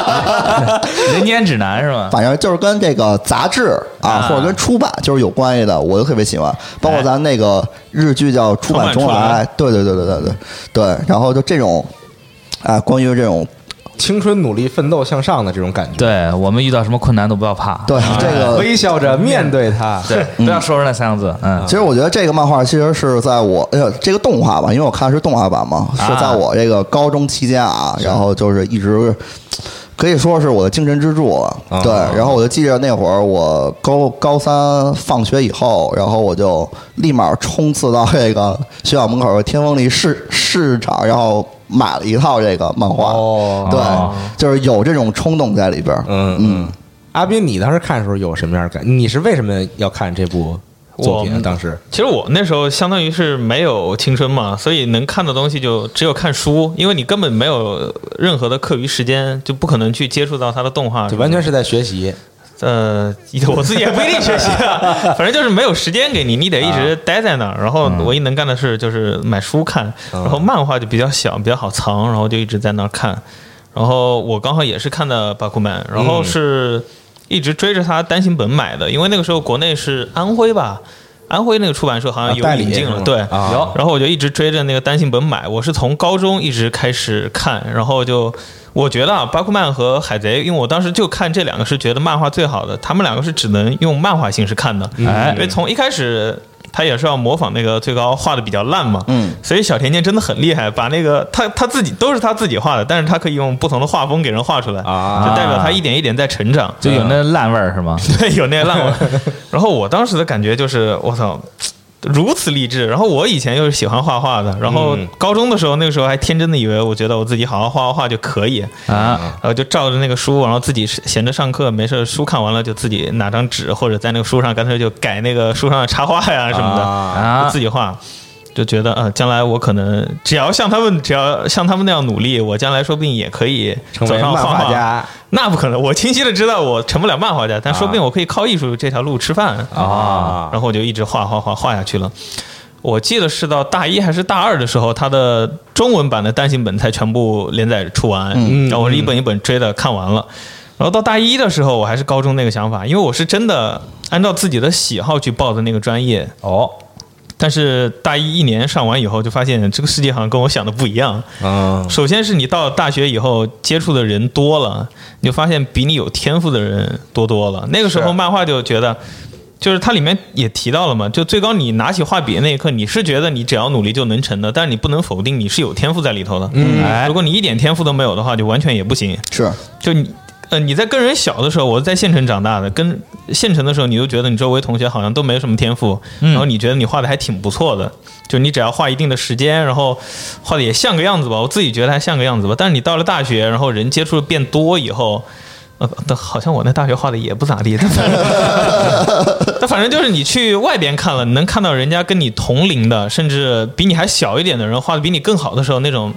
人间指南是 [laughs] [laughs] 吧？反正就是跟这个杂志啊，啊或者跟出版就是有关系的，我就特别喜欢。包括咱那个日剧叫《出版中出版中来来》，对对对对对对对。然后就这种，啊，关于这种，青春努力奋斗向上的这种感觉。哎对我们遇到什么困难都不要怕，对啊嗯这个，微笑着面对它。对，不要说出那三个字，嗯其，实我觉得这个漫画其实是在我，哎呀，这个动画吧，因为我看的是动画版嘛，啊是在我这个高中期间啊，然后就是一直。可以说是我的精神支柱了，啊对。然后我就记着那会儿，我高高三放学以后，然后我就立马冲刺到这个学校门口的天丰里市市场，然后买了一套这个漫画。哦对哦，啊就是有这种冲动在里边儿。嗯嗯。阿斌，你当时看的时候有什么样的感？你是为什么要看这部作品啊？我当时其实我那时候相当于是没有青春嘛，所以能看的东西就只有看书，因为你根本没有任何的课余时间，就不可能去接触到他的动画。就完全是在学习，呃，我自己也不一定学习啊，反 [laughs] 正就是没有时间给你，你得一啊直待在那儿。然后唯一能干的事就是买书看，然后漫画就比较小，比较好藏，然后就一直在那儿看。然后我刚好也是看的《巴库曼》，然嗯后是一直追着他单行本买的，因为那个时候国内是安徽吧。安徽那个出版社好像啊代有理引进是了，吗对，啊然后我就一直追着那个单行本买，我是从高中一直开始看，然后就我觉得啊，巴库曼和海贼，因为我当时就看这两个是觉得漫画最好的，他们两个是只能用漫画形式看的，哎因为从一开始。他也是要模仿那个最高画的比较烂嘛，嗯所以小甜甜真的很厉害，把那个他他自己都是他自己画的，但是他可以用不同的画风给人画出来，啊就代表他一点一点在成长，就有那烂味儿是吗？对，有那个 [laughs] 烂尾。然后我当时的感觉就是，我操，如此励志。然后我以前又是喜欢画画的，然后嗯高中的时候，那个时候还天真的以为，我觉得我自己好好画画画就可以，啊，然后就照着那个书，然后自己闲着上课没事，书看完了就自己拿张纸，或者在那个书上干脆就改那个书上的插画呀什么的，啊就自己画。就觉得呃，将来我可能只要像他们，只要像他们那样努力，我将来说不定也可以成走为上漫画画画家那不可能，我清晰的知道我成不了漫画家，但说不定我可以靠艺术这条路吃饭啊然后我就一直画画画画下去了。我记得是到大一还是大二的时候，他的中文版的单行本才全部连载出完，嗯然后我是一本一本追的看完了。然后到大一的时候，我还是高中那个想法，因为我是真的按照自己的喜好去报的那个专业，哦，但是大一一年上完以后，就发现这个世界好像跟我想的不一样。嗯首先是你到大学以后接触的人多了，你就发现比你有天赋的人多多了。那个时候漫画就觉得，就是它里面也提到了嘛，就最高你拿起画笔那一刻，你是觉得你只要努力就能成的，但是你不能否定你是有天赋在里头的。哎如果你一点天赋都没有的话，就完全也不行。是就你。呃，你在跟人小的时候，我在县城长大的，跟县城的时候，你就觉得你周围同学好像都没什么天赋，然后你觉得你画的还挺不错的，就你只要画一定的时间，然后画的也像个样子吧，我自己觉得还像个样子吧。但是你到了大学，然后人接触的变多以后，呃，但好像我那大学画的也不咋地， [laughs] 但反正但反正就是你去外边看了，你能看到人家跟你同龄的，甚至比你还小一点的人画的比你更好的时候，那种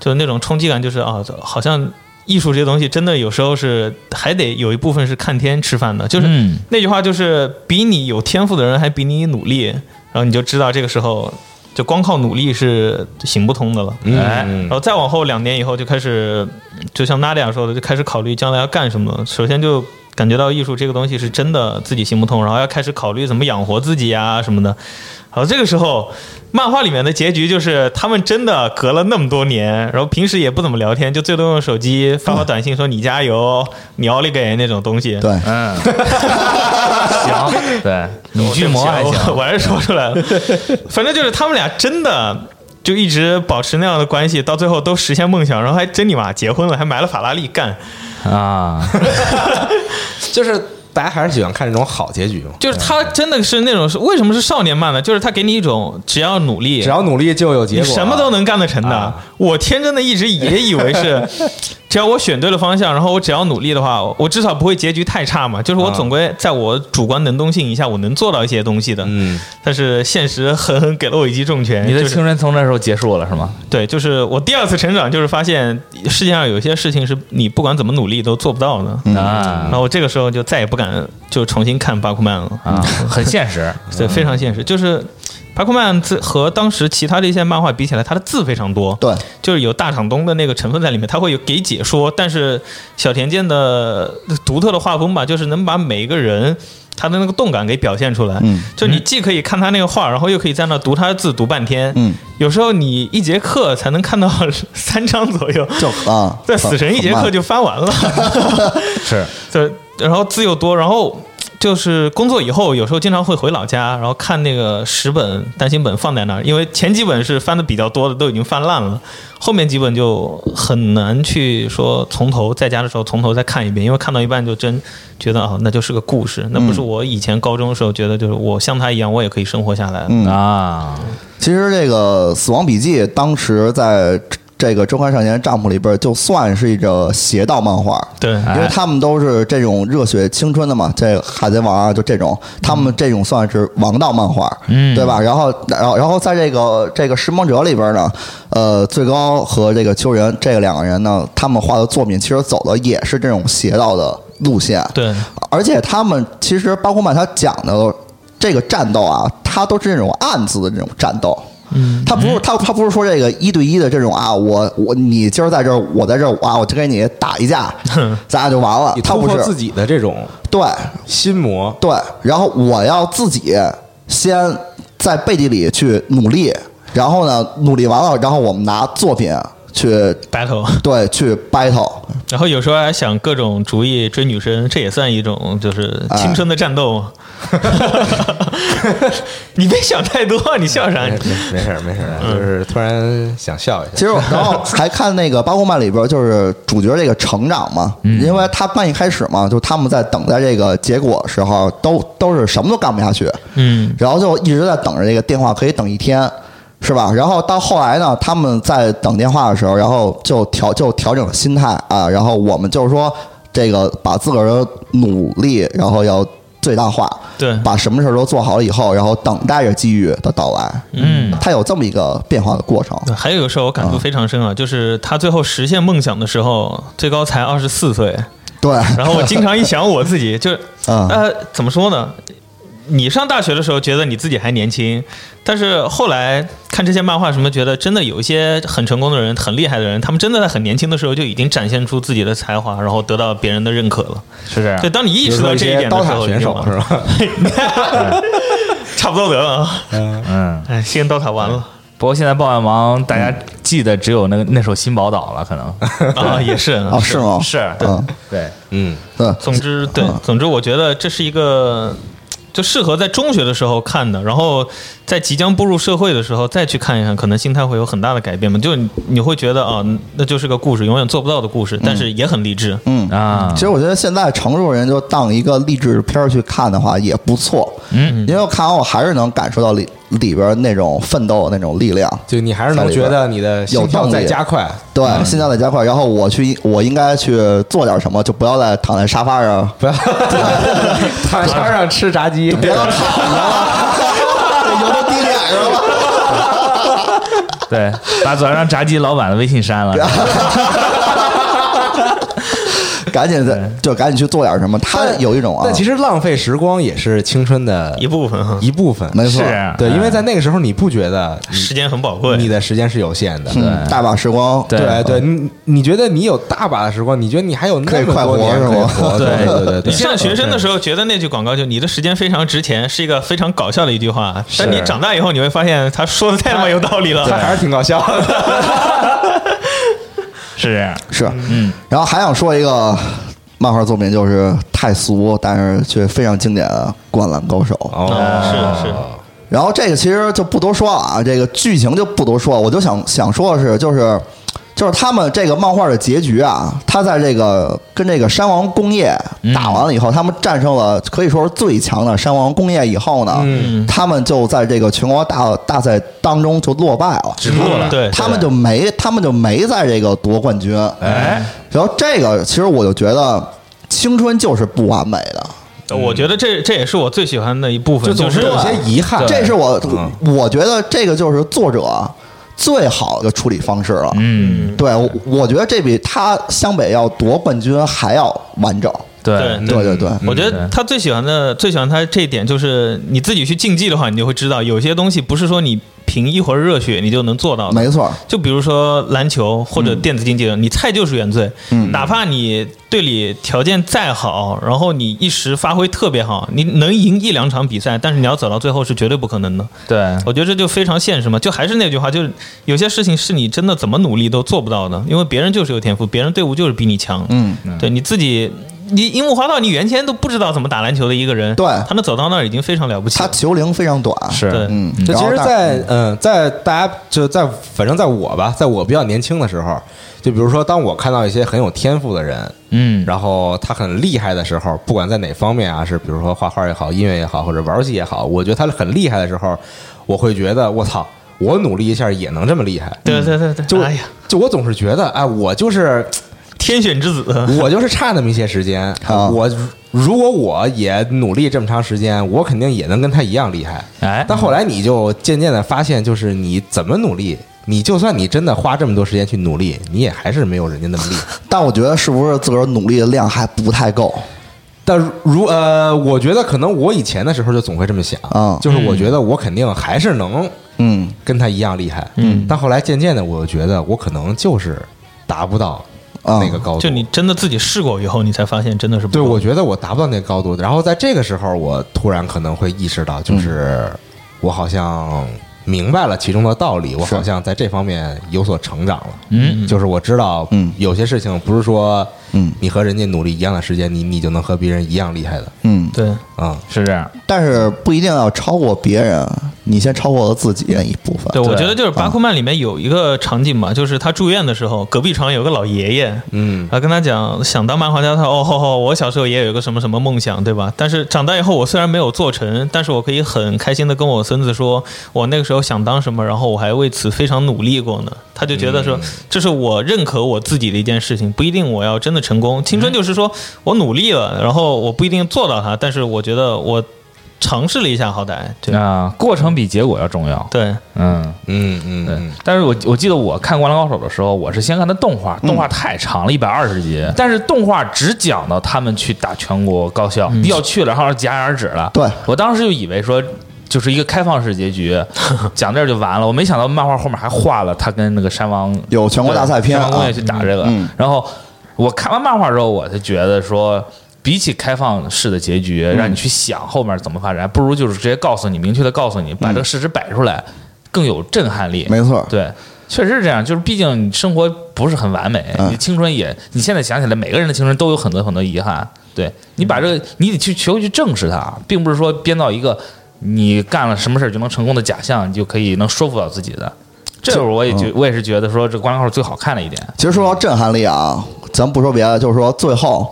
就是那种冲击感，就是啊，好像艺术这些东西真的有时候是还得有一部分是看天吃饭的，就是、嗯那句话就是比你有天赋的人还比你努力，然后你就知道这个时候就光靠努力是行不通的了。嗯哎嗯然后再往后两年以后就开始，就像 Nadia 说的，就开始考虑将来要干什么了。首先就感觉到艺术这个东西是真的自己行不通，然后要开始考虑怎么养活自己呀、啊什么的。好，这个时候漫画里面的结局就是他们真的隔了那么多年，然后平时也不怎么聊天，就最多用手机发发短信说你加油，你奥利给那种东西。对，嗯，行，对，你巨魔还我 [laughs] 行，啊我还是说出来了。反正就是他们俩真的就一直保持那样的关系，到最后都实现梦想，然后还真你妈结婚了，还买了法拉利干。啊，就是大家还是喜欢看这种好结局嘛，就是他真的是那种是为什么是少年漫呢？就是他给你一种只要努力，只要努力就有结你果，什么都能干得成的。啊我天真的一直也以为是，只要我选对了方向，然后我只要努力的话，我至少不会结局太差嘛。就是我啊总归在我主观能动性以下，我能做到一些东西的。嗯但是现实狠狠给了我一记重拳。你的就是青春从那时候结束了是吗？对，就是我第二次成长，就是发现世界上有些事情是你不管怎么努力都做不到的。然啊后我这个时候就再也不敢就重新看巴库曼了，啊，很现实，对，非常现实。就是巴库曼字和当时其他的一些漫画比起来，它的字非常多，对，就是有大厂东的那个成分在里面，它会有给解说，但是小田健的独特的画风吧，就是能把每一个人他的那个动感给表现出来。嗯就你既可以看他那个画，然后又可以在那读他的字读半天。嗯，有时候你一节课才能看到三章左 [laughs] 右，就啊， [laughs] 在死神一节课很慢就翻完了。 [laughs] 是对，然后字又多，然后就是工作以后，有时候经常会回老家，然后看那个十本单行本放在那儿，因为前几本是翻的比较多的，都已经翻烂了，后面几本就很难去说从头在家的时候从头再看一遍，因为看到一半就真觉得啊，那就是个故事，那不是我以前高中的时候觉得就是我像他一样，我也可以生活下来。嗯啊，其实这个《死亡笔记》当时在这个《周刊少年帐篷》里边，就算是一个邪道漫画，对，因为他们都是这种热血青春的嘛，这个海贼王啊，就这种，他们这种算是王道漫画，嗯对吧？然后，然后，然后在这个这个《拾梦者》里边呢，呃，最高和这个秋人这两个人呢，他们画的作品其实走的也是这种邪道的路线，对，而且他们其实包括曼他讲的这个战斗啊，他都是那种暗自的这种战斗。嗯，他不是他他不是说这个一对一的这种啊，我我你今儿在这儿，我在这儿啊，我就跟你打一架，咱俩就完了你。他突不破是自己的这种对心魔，对，然后我要自己先在背地里去努力，然后呢，努力完了，然后我们拿作品去 battle，对去 battle，然后有时候还想各种主意追女生，这也算一种就是青春的战斗。你别想太多，你笑啥？没没事儿没事儿，嗯就是突然想笑一下。其实我，然后还看那个《八公漫》里边，就是主角这个成长嘛，因为他漫一开始嘛，就他们在等待这个结果时候，都都是什么都干不下去，嗯，然后就一直在等着这个电话，可以等一天，是吧？然后到后来呢，他们在等电话的时候，然后就调就调整心态啊，然后我们就是说这个把自个儿的努力，然后要最大化，对，把什么事儿都做好了以后，然后等待着机遇的到来，嗯。它有这么一个变化的过程。还有一个事儿我感触非常深啊，就是他最后实现梦想的时候，最高才二十四岁。对，然后我经常一想我自己，就是啊 [laughs] 嗯呃，怎么说呢？你上大学的时候觉得你自己还年轻，但是后来看这些漫画什么，觉得真的有一些很成功的人、很厉害的人，他们真的在很年轻的时候就已经展现出自己的才华，然后得到别人的认可了。是这样对，。当你意啊比如识说到一这一些点刀的时塔候，选手是吧？ [laughs] 吧？差不多得了啊，嗯，哎，先刀塔完了不过现在《报案王》大家记得只有那个那首《新宝岛》了，可 [laughs] 能啊，也是 [laughs] 哦，是吗？是对嗯，对，嗯，对，总之，对，总之，我觉得这是一个就适合在中学的时候看的，然后在即将步入社会的时候再去看一看，可能心态会有很大的改变嘛。就你你会觉得啊，那就是个故事，永远做不到的故嗯事，但是也很励志。嗯啊其实我觉得现在成熟人就当一个励志片儿去看的话也不错，嗯，因为我看完我还是能感受到里里边儿那种奋斗的那种力量。就你还是能觉得你的心跳在加 [laughs] 快，对，心跳在加快，然后我去，我应该去做点什么，就不要再躺在沙发上，不要躺在沙上吃炸鸡，别老躺着了，油都滴脸上了。对，把早上炸鸡老板的微信 [laughs] 删了， [laughs] 赶紧的，就赶紧去做点什么。他有一种啊但，其实浪费时光也是青春的一部分嗯哈，一部分。没错，是对，因为在那个时候你不觉得你时间很宝贵。你的时间是有限的，嗯，大把时光，对对对，你你觉得你有大把的时光，你觉得你还有可以那么快多活年是可以吗活， [laughs] 对对对对你对，上学生的时候觉得那句广告就你的时间非常值钱，是一个非常搞笑的一句话，但你长大以后你会发现他说的太他妈有道理了。还是挺搞笑的。 [laughs] 是这样。是，嗯，然后还想说一个漫画作品，就是太俗，但是却非常经典的《灌篮高手》。哦嗯是是然后这个其实就不多说了啊，这个剧情就不多说了，我就想想说的是，就是就是他们这个漫画的结局啊，他在这个跟这个山王工业打完了以后，他们战胜了可以说是最强的山王工业以后呢，嗯他们就在这个全国大大赛当中就落败了，止住了，对，他们就没他们就没在这个夺冠军。哎，然后这个其实我就觉得青春就是不完美的，我觉得这这也是我最喜欢的一部分，就就总是是有些遗憾，这是我我觉得这个就是作者最好的处理方式了。嗯，对，我我觉得这比他湘北要夺冠军还要完整。对对对对对，我觉得对他最喜欢的、最喜欢他这一点就是，你自己去竞技的话，你就会知道，有些东西不是说你凭一会儿热血你就能做到的。没错，就比如说篮球或者电子竞技，你菜就是原罪，哪怕你队里条件再好，然后你一时发挥特别好，你能赢一两场比赛，但是你要走到最后是绝对不可能的。对我觉得这就非常现实嘛，就还是那句话，就是有些事情是你真的怎么努力都做不到的，因为别人就是有天赋，别人队伍就是比你强。嗯，对你自己，你樱木花道，你原先都不知道怎么打篮球的一个人，对他能走到那儿已经非常了不起他了。球龄非常短。是对嗯，就然其后实但在，嗯，在大家就在反正在我吧，在我比较年轻的时候，就比如说当我看到一些很有天赋的人，嗯，然后他很厉害的时候，不管在哪方面啊，是比如说画画也好，音乐也好，或者玩游戏也好，我觉得他很厉害的时候，我会觉得我操，我努力一下也能这么厉害。对对对对，就哎呀，就我总是觉得，哎，我就是 [laughs] 天选 [laughs] 之子，我就是差那么一些时 [laughs] 间。哦啊我如果我也努力这么长时间，我肯定也能跟他一样厉害。哎，但后来你就渐渐的发现，就是你怎么努力，你就算你真的花这么多时间去努力，你也还是没有人家那么厉 [laughs] 害。但我觉得是不是自个儿努力的量还不太够？但如呃，我觉得可能我以前的时候就总会这么想，哦嗯就是我觉得我肯定还是能嗯，跟他一样厉害，嗯。但后来渐渐的，我觉得我可能就是达不到哦啊那个高度。就你真的自己试过以后，你才发现真的是不对，够我觉得我达不到那个高度。然后在这个时候，我突然可能会意识到，就是我好像明白了其中的道理，我是好像在这方面有所成长了。嗯，就是我知道嗯，有些事情不是说，嗯你和人家努力一样的时间，你你就能和别人一样厉害的嗯，对，啊。是这样。但是不一定要超过别人，你先超过了自己那一部分。对，我对觉得就是《巴库曼》里面有一个场景嘛，就是他住院的时候，隔壁床有个老爷爷，嗯，他跟他讲想当漫画家，他说哦吼吼，我小时候也有一个什么什么梦想，对吧？但是长大以后，我虽然没有做成，但是我可以很开心的跟我孙子说，我那个时候想当什么，然后我还为此非常努力过呢。他就觉得说，这是我认可我自己的一件事情，不一定我要真的成功。青春就是说我努力了，然后我不一定做到它，但是我觉得我尝试了一下，好歹对啊，过程比结果要重要。对，嗯，嗯嗯对嗯，。但是我我记得我看《灌篮高手》的时候，我是先看的动画，动画太长了，一百二十集。但是动画只讲到他们去打全国高校，要去了，然后戛然而止了。对我当时就以为说。就是一个开放式结局，讲这儿就完了。我没想到漫画后面还画了他跟那个山王有全国大赛篇山王工啊业，去打这个。嗯然后我看完漫画之后，我就觉得说，比起开放式的结局，让你去想后面怎么发展，不如就是直接告诉你，明确的告诉你，把这个事实摆出来，更有震撼力。没错，对，确实是这样。就是毕竟你生活不是很完美，嗯你青春也，你现在想起来，每个人的青春都有很多很多遗憾。对你把这个，你得去学会去正视它，并不是说编造一个你干了什么事儿就能成功的假象，你就可以能说服到自己的。这会儿我也觉，我也是觉得说这《灌篮高手》最好看的一点。其实说到震撼力啊，咱不说别的，就是说最后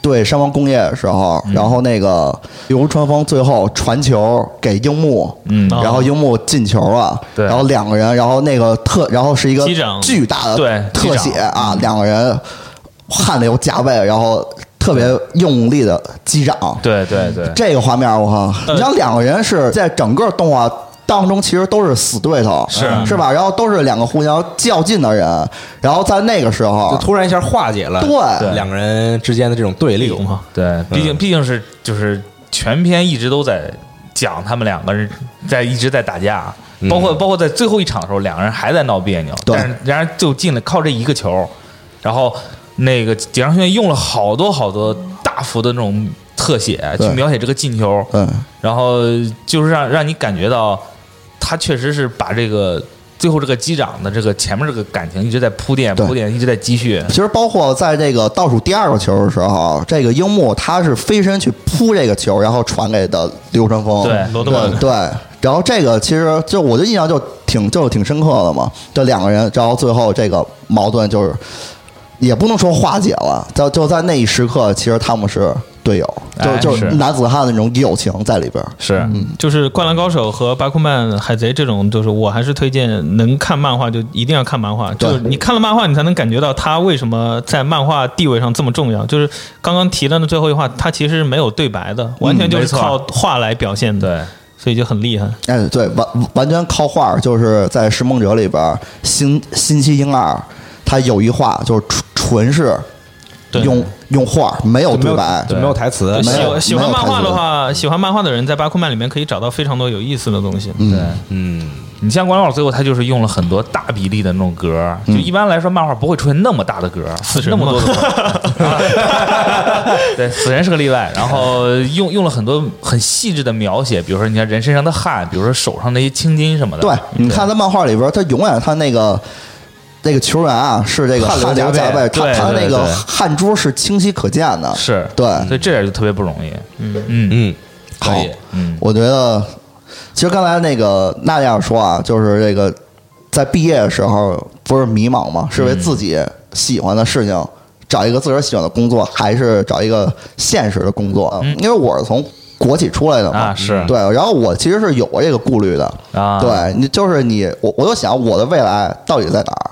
对山王工业的时候，嗯然后那个流川枫最后传球给樱木，嗯哦然后樱木进球了，对然后两个人，然后那个特，然后是一个击掌巨大的对特击写掌嗯啊，两个人汗流浃背，然后特别用力的击掌，对对对，这个画面，我靠！呃你想两个人是在整个动画当中，其实都是死对头，是是吧？然后都是两个互相较劲的人，然后在那个时就候，突然一下化解了对两个人之间的这种对立有吗？对，嗯毕竟毕竟是就是全篇一直都在讲他们两个人在一直在打架，啊包括包括在最后一场的时候，两个人还在闹别扭，嗯对但是然而就进了靠这一个球，然后那个井上学院用了好多好多大幅的那种特写啊去对描写这个进球，嗯，然后就是让让你感觉到他确实是把这个。最后这个击掌的这个前面这个感情一直在铺垫对铺垫，一直在积蓄。其实包括在这个倒数第二个球的时候，啊这个樱木他是飞身去扑这个球，然后传给的流川枫，对罗德曼对对。然后这个其实就我就印象就挺就挺深刻的嘛，这两个人，然后最后这个矛盾就是也不能说化解了，就就在那一时刻，其实他们是队友，就、哎就是男子汉的那种友情在里边儿。是，嗯就是《灌篮高手》和《巴库曼海贼》这种，就是我还是推荐能看漫画就一定要看漫画，对就是你看了漫画，你才能感觉到他为什么在漫画地位上这么重要。就是刚刚提到的最后一话，他其实是没有对白的，完全就嗯没是错靠画来表现的，对，所以就很厉害。哎，对，完完全靠画儿，就是在《拾梦者》里边儿，新新期英二他有一画就是纯纯是对用用画儿，没有就没对有白就。没有台词对，没喜有欢喜欢没有漫太画多的话，喜欢漫画的人在巴库曼里面可以找到非常多有意思的东西。对，嗯，你像关老师最后他就是用了很多大比例的那种格儿，嗯就一般来说漫画不会出现那么大的格儿，死神那么多嘛的格儿。 [laughs] 对，死神是个例外。然后用用了很多很细致的描写，比如说你看人身上的汗，比如说手上那些青筋什么的。对，你看他漫画里边儿，他永远他那个那个球员啊，是这个汗流汗流浃浃背背，他对他对那个对汗珠是清晰可见的。是，对，所以这点就特别不容易。嗯嗯，嗯可好以，嗯，我觉得其实刚才那个娜姐说啊，就是这个在毕业的时候不是迷茫吗？是嗯为自己喜欢的事情找一个自个儿喜欢的工作，还是找一个现实的工作？因为我是从国企出来的嘛，嗯啊是对，然后我其实是有过这个顾虑的。啊，对你就是你，我我就想我的未来到底在哪儿？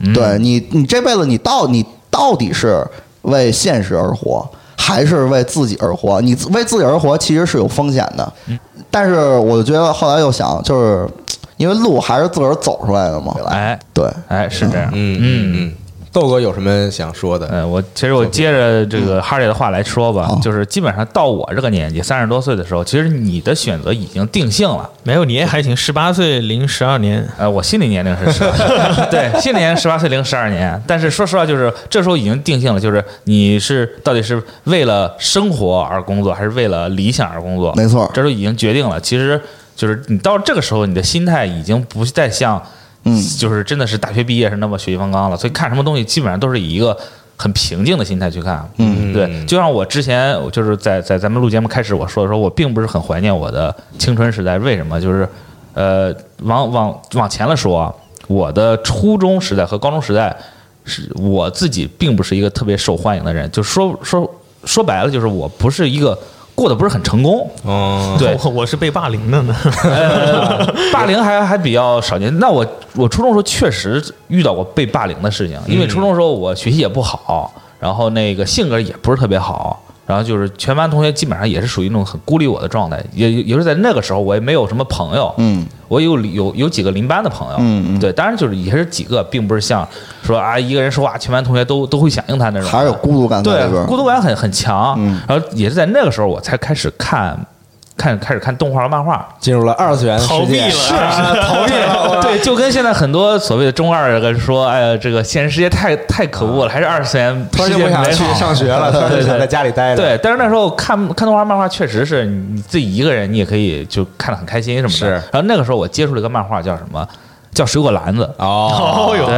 嗯对你，你这辈子你到你到底是为现实而活，还是为自己而活？你自为自己而活其实是有风险的，嗯但是我觉得后来又想，就是因为路还是自个儿走出来的嘛。哎对，哎是这样，嗯嗯嗯，豆哥有什么想说的？呃，我其实我接着这个哈利的话来说吧嗯好，就是基本上到我这个年纪，三十多岁的时候，其实你的选择已经定性了。没有，你也还行，十八岁零十二年，呃，我心理年龄是十， [laughs] 对，心理年龄十八岁零十二年。但是说实话，就是这时候已经定性了，就是你是到底是为了生活而工作，还是为了理想而工作？没错这时候已经决定了。其实就是你到这个时候，你的心态已经不再像，嗯就是真的是大学毕业是那么血气方刚了。所以看什么东西，基本上都是以一个。很平静的心态去看，嗯，对，就像我之前就是在在咱们录节目开始我说的时候，我并不是很怀念我的青春时代，为什么？就是呃，往往往前了说啊，我的初中时代和高中时代，是我自己并不是一个特别受欢迎的人，就说说说白了，就是我不是一个过得不是很成功，嗯，对 [laughs] 我我是被霸凌的呢。呃， [laughs] 霸凌还还比较少见。那我我初中时候确实遇到过被霸凌的事情，因为初中时候我学习也不好，然后那个性格也不是特别好，然后就是全班同学基本上也是属于那种很孤立我的状态，也也是在那个时候我也没有什么朋友，嗯，我有有有几个邻班的朋友，嗯嗯对，当然就是也是几个，并不是像说啊一个人说话全班同学都都会响应他那种，还是有孤独感在里对，边嗯孤。独感很很强。然后也是在那个时候，我才开始看，看开始看动画和漫画。进入了二次元世界逃避了是啊 [laughs] 逃避了， [laughs] 对，就跟现在很多所谓的中二的说，哎呀，这个现实世界太太可恶了，还是二次元啊突然就世界不美想去好。上学了，突然就对想对在家里待着。对，但是那时候看看动画、漫画，确实是你自己一个人，你也可以就看得很开心什么的。是然后那个时候我接触了一个漫画，叫什么？叫《水果篮子》。啊哦，哟对，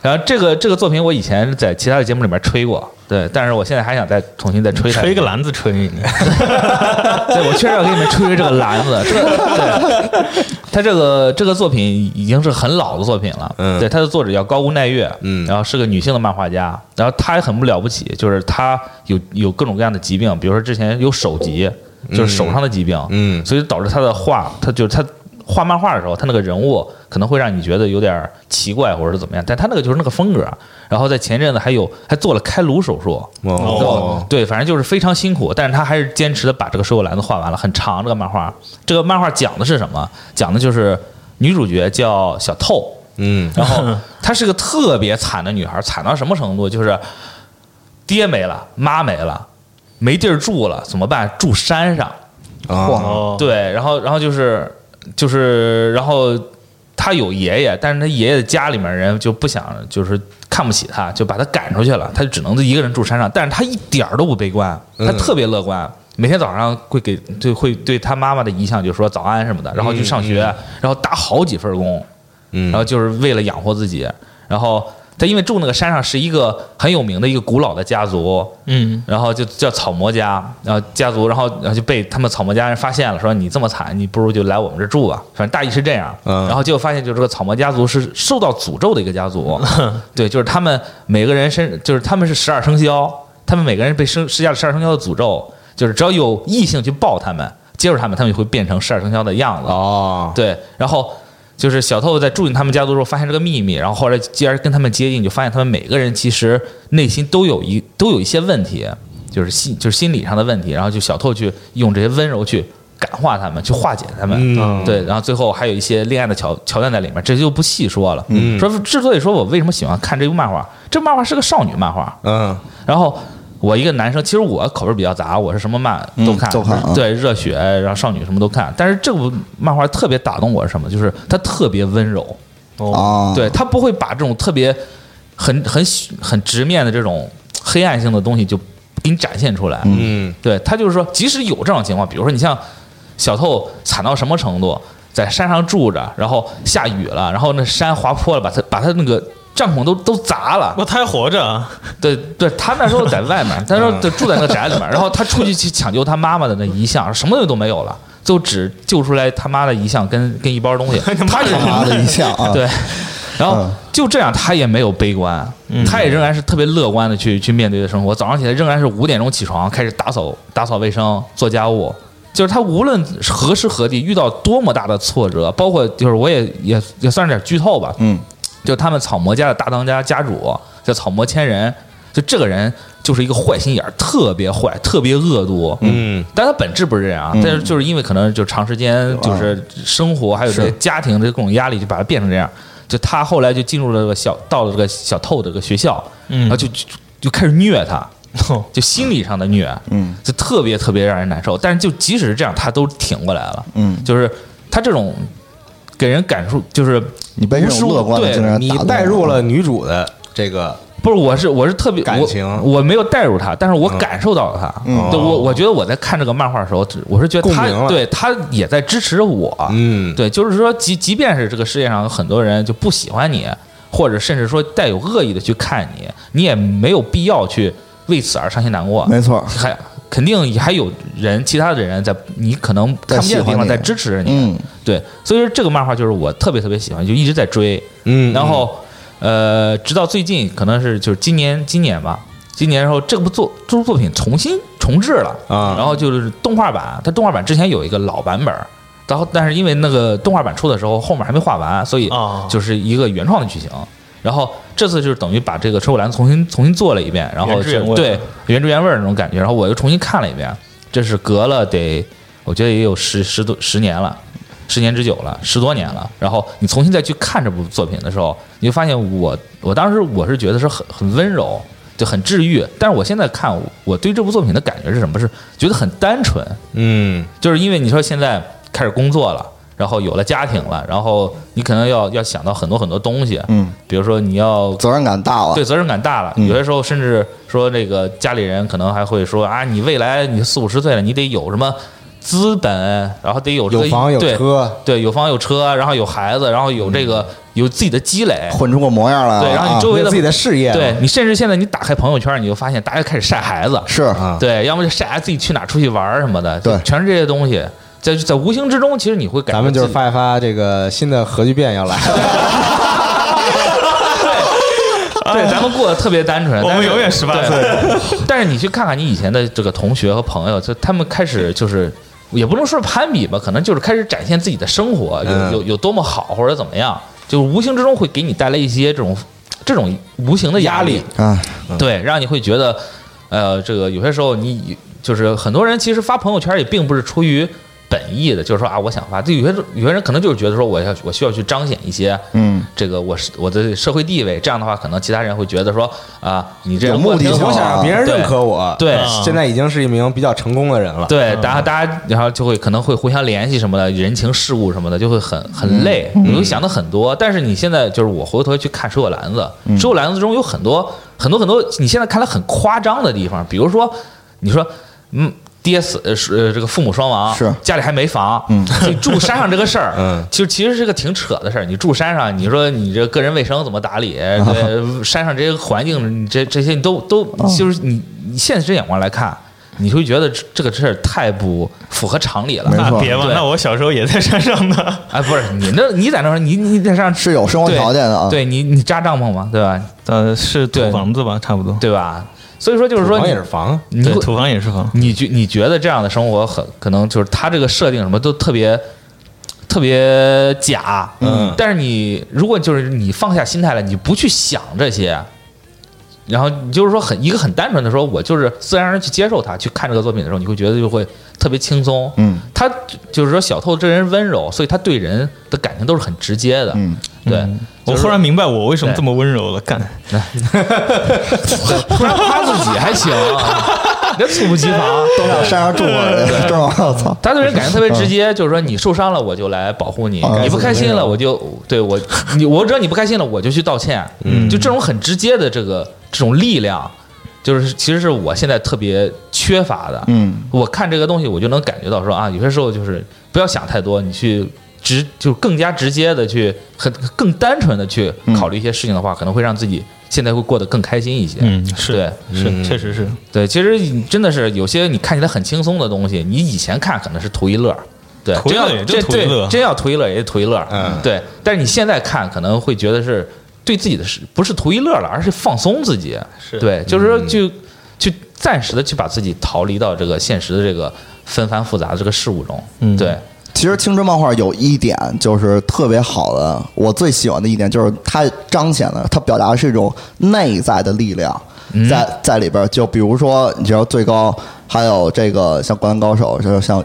然后这个这个作品我以前在其他的节目里面吹过，对，但是我现在还想再重新再吹它一遍。吹个篮子吹， [laughs] 对，我确实要给你们吹吹这个篮子。 [laughs] 这个，对，他这个这个作品已经是很老的作品了。嗯对，他的作者叫高屋奈月，嗯然后是个女性的漫画家，然后她也很不了不起，就是她有有各种各样的疾病，比如说之前有手疾，就是手上的疾病，嗯所以导致她的画，她就是她。画漫画的时候，她那个人物哦可能会让你觉得有点奇怪，或者是怎么样，但她那个就是那个风格。啊然后在前阵子还有还做了开颅手术，哦，对，反正就是非常辛苦，但是他还是坚持的把这个水果篮子画完了，很长这个漫画。这个漫画讲的是什么？讲的就是女主角叫小透，嗯，然后她是个特别惨的女孩，惨到什么程度？就是爹没了，妈没了，没地儿住了，怎么办？住山上。啊，哦，对，然后然后就是就是然后他有爷爷，但是他爷爷的家里面人就不想就是看不起他，就把他赶出去了，他就只能一个人住山上。但是他一点儿都不悲观，他嗯特别乐观。每天早上会给对会对他妈妈的遗像就说早安什么的，然后去上学，然后打好几份工，嗯然后就是为了养活自己。然后他因为住那个山上是一个很有名的一个古老的家族，嗯，然后就叫草魔家，然后家族，然后然后就被他们草魔家人发现了，说你这么惨，你不如就来我们这住吧。反正大意是这样，嗯然后结果发现就是这个草魔家族是受到诅咒的一个家族，对，就是他们每个人身，就是他们是十二生肖，他们每个人被生施加了十二生肖的诅咒，就是只要有异性去抱他们，接触他们，他们就会变成十二生肖的样子。哦，对，然后就是小透在住进他们家族的时候发现这个秘密，然后后来既然跟他们接近，就发现他们每个人其实内心都有一都有一些问题，就是心就是心理上的问题，然后就小透去用这些温柔去感化他们，去化解他们。嗯对，然后最后还有一些恋爱的桥桥段在里面，这就不细说了。嗯说之所以说我为什么喜欢看这部漫画，这漫画是个少女漫画，嗯然后我一个男生，其实我口味比较杂，我是什么漫都嗯看，都看啊对热血，然后少女什么都看。但是这部漫画特别打动我是什么？就是它特别温柔，啊，对，它不会把这种特别很很很直面的这种黑暗性的东西就给你展现出来。嗯对他就是说，即使有这种情况，比如说你像小透惨到什么程度，在山上住着，然后下雨了，然后那山滑坡了，把他把他那个帐篷都都砸了，我他还活着啊，对对，他那时候在外面，他说对住在那个宅里面，然后他出去去抢救他妈妈的那遗像，什么东西都没有了，就只救出来他妈的遗像跟跟一包 [laughs] 东西， [laughs] 他他妈的一项啊，对，然后嗯就这样，他也没有悲观，他也仍然是特别乐观的去去面对的生活。早上起来仍然是五点钟起床，开始打扫打扫卫生、做家务。就是他无论何时何地遇到多么大的挫折，包括就是我也也也算是点剧透吧，嗯，就他们草魔家的大当家家主叫草魔千人，就这个人就是一个坏心眼儿，特别坏，特别恶毒，嗯但他本质不是这样啊，但是就是因为可能就长时间就是生活还有这些家庭的各种压力，就把他变成这样。就他后来就进入了这个小到了这个小透的这个学校，嗯然后就就就开始虐他，哦就心理上的虐，嗯，就特别特别让人难受。但是就即使是这样，他都挺过来了，嗯就是他这种给人感受就是你被这种乐观的精神对打你动带入了女主的这个不是，我是我是特别感情我，我没有带入他，但是我感受到了他。嗯对哦我我觉得我在看这个漫画的时候，只我是觉得共鸣他了对他也在支持我。嗯，对，就是说，即即便是这个世界上有很多人就不喜欢你，或者甚至说带有恶意的去看你，你也没有必要去为此而伤心难过。没错，还肯定还有人，其他的人在你可能看不见的在喜地方欢你在支持着你。嗯对，所以说这个漫画就是我特别特别喜欢，就一直在追。嗯，然后呃，直到最近可能是就是今年今年吧，今年然后这部作这部作品重新重置了啊然后就是动画版，它动画版之前有一个老版本儿。然后，但是因为那个动画版出的时候，后面还没画完，所以啊哦就是一个原创的剧情。然后这次就是等于把这个车库兰重新重新做了一遍，然后原汁是原味对原汁原味儿那种感觉。然后我又重新看了一遍，这是隔了得，我觉得也有十十多十年了，十年之久了，十多年了。然后你重新再去看这部作品的时候，你就发现我，我当时我是觉得是很很温柔，就很治愈。但是我现在看，我我对这部作品的感觉是什么？是觉得很单纯，嗯就是因为你说现在开始工作了，然后有了家庭了，然后你可能要要想到很多很多东西，嗯，比如说你要责任感大了，对责任感大了，嗯有些时候甚至说这个家里人可能还会说啊，你未来你四五十岁了，你得有什么资本，然后得有这个有房有对车嗯对，有房有车，然后有孩子，然后有这个有自己的积累，混出个模样来了啊，对然后你周围有的自己的事业，对你甚至现在你打开朋友圈，你就发现大家开始晒孩子，是啊，对，要么就晒孩子自己去哪儿出去玩儿什么的，对就全是这些东西。在在无形之中，其实你会感觉咱们就是自己发一发这个新的核聚变要来了，对，咱们过得特别单纯， [laughs] 我们但是永远18岁对但是你去看看你以前的这个同学和朋友，就他们开始就是，也不能说是攀比吧，可能就是开始展现自己的生活嗯有有有多么好或者怎么样，就是无形之中会给你带来一些这种这种无形的压力，啊，对，让你会觉得，呃，这个有些时候你就是很多人其实发朋友圈也并不是出于。本意的，就是说啊，我想发，就有些有些人可能就是觉得说，我要我需要去彰显一些，嗯，这个我是我的社会地位，这样的话，可能其他人会觉得说啊，你这有人目过的挺性好我啊想让别人认可我，对啊现在已经是一名比较成功的人了，对，然后大家然后就会可能会互相联系什么的，人情世故什么的，就会很嗯很累，你会想的很多。但是你现在就是我回头去看《水果篮子》，嗯《水果篮子》中有很多很多很多，你现在看来很夸张的地方，比如说你说嗯。爹死呃是呃，这个父母双亡，是家里还没房，嗯你住山上这个事儿，嗯其实其实是个挺扯的事儿。你住山上，你说你这个人卫生怎么打 [laughs] 理？对，山上这些环境，你这这些你都都哦就是你你现实眼光来看，你会觉得这这个事儿太不符合常理了没。那错啊别忘，对那我小时候也在山上 [laughs] 呢。哎，不是你那你在那儿你你在上是有生活条件的啊，对你你扎帐篷嘛，对吧？呃，是对土房子吧，差不多。对吧？所以说就是说房你也是房，你对会土房也是房。你觉你觉得这样的生活很可能就是他这个设定什么都特别特别假，嗯但是你如果就是你放下心态了，你不去想这些，然后你就是说很一个很单纯的说，我就是自然而然去接受它，去看这个作品的时候，你会觉得就会特别轻松。嗯，他就是说小透这人温柔，所以他对人的感情都是很直接的。嗯，对，我忽然明白我为什么这么温柔了，干，突然夸自己还行， [laughs] 别猝不及防。都上山上住过了，正好我操，他对人感觉特别直接，就是说你受伤了我就来保护你啊，你不开心了我就对我你我知道你不开心了我就去道歉，嗯就这种很直接的这个这种力量，就是其实是我现在特别缺乏的。嗯，我看这个东西我就能感觉到说啊，有些时候就是不要想太多，你去直就更加直接的去很更单纯的去嗯考虑一些事情的话，可能会让自己现在会过得更开心一些。嗯，是对是，嗯确实是，对，其实你真的是有些你看起来很轻松的东西，你以前看可能是图一乐儿，对，图一真乐要也就真图一乐对真要图一乐也就图一乐儿，嗯对。但是你现在看可能会觉得是对自己的是不是图一乐了，而是放松自己，是嗯对，就是说就去暂时的去把自己逃离到这个现实的这个纷繁复杂的这个事物中，嗯对，其实青春漫画有一点就是特别好的，我最喜欢的一点就是它彰显了它表达的是一种内在的力量，嗯在在里边儿，就比如说你知道最高，还有这个像《灌篮高手》，就是像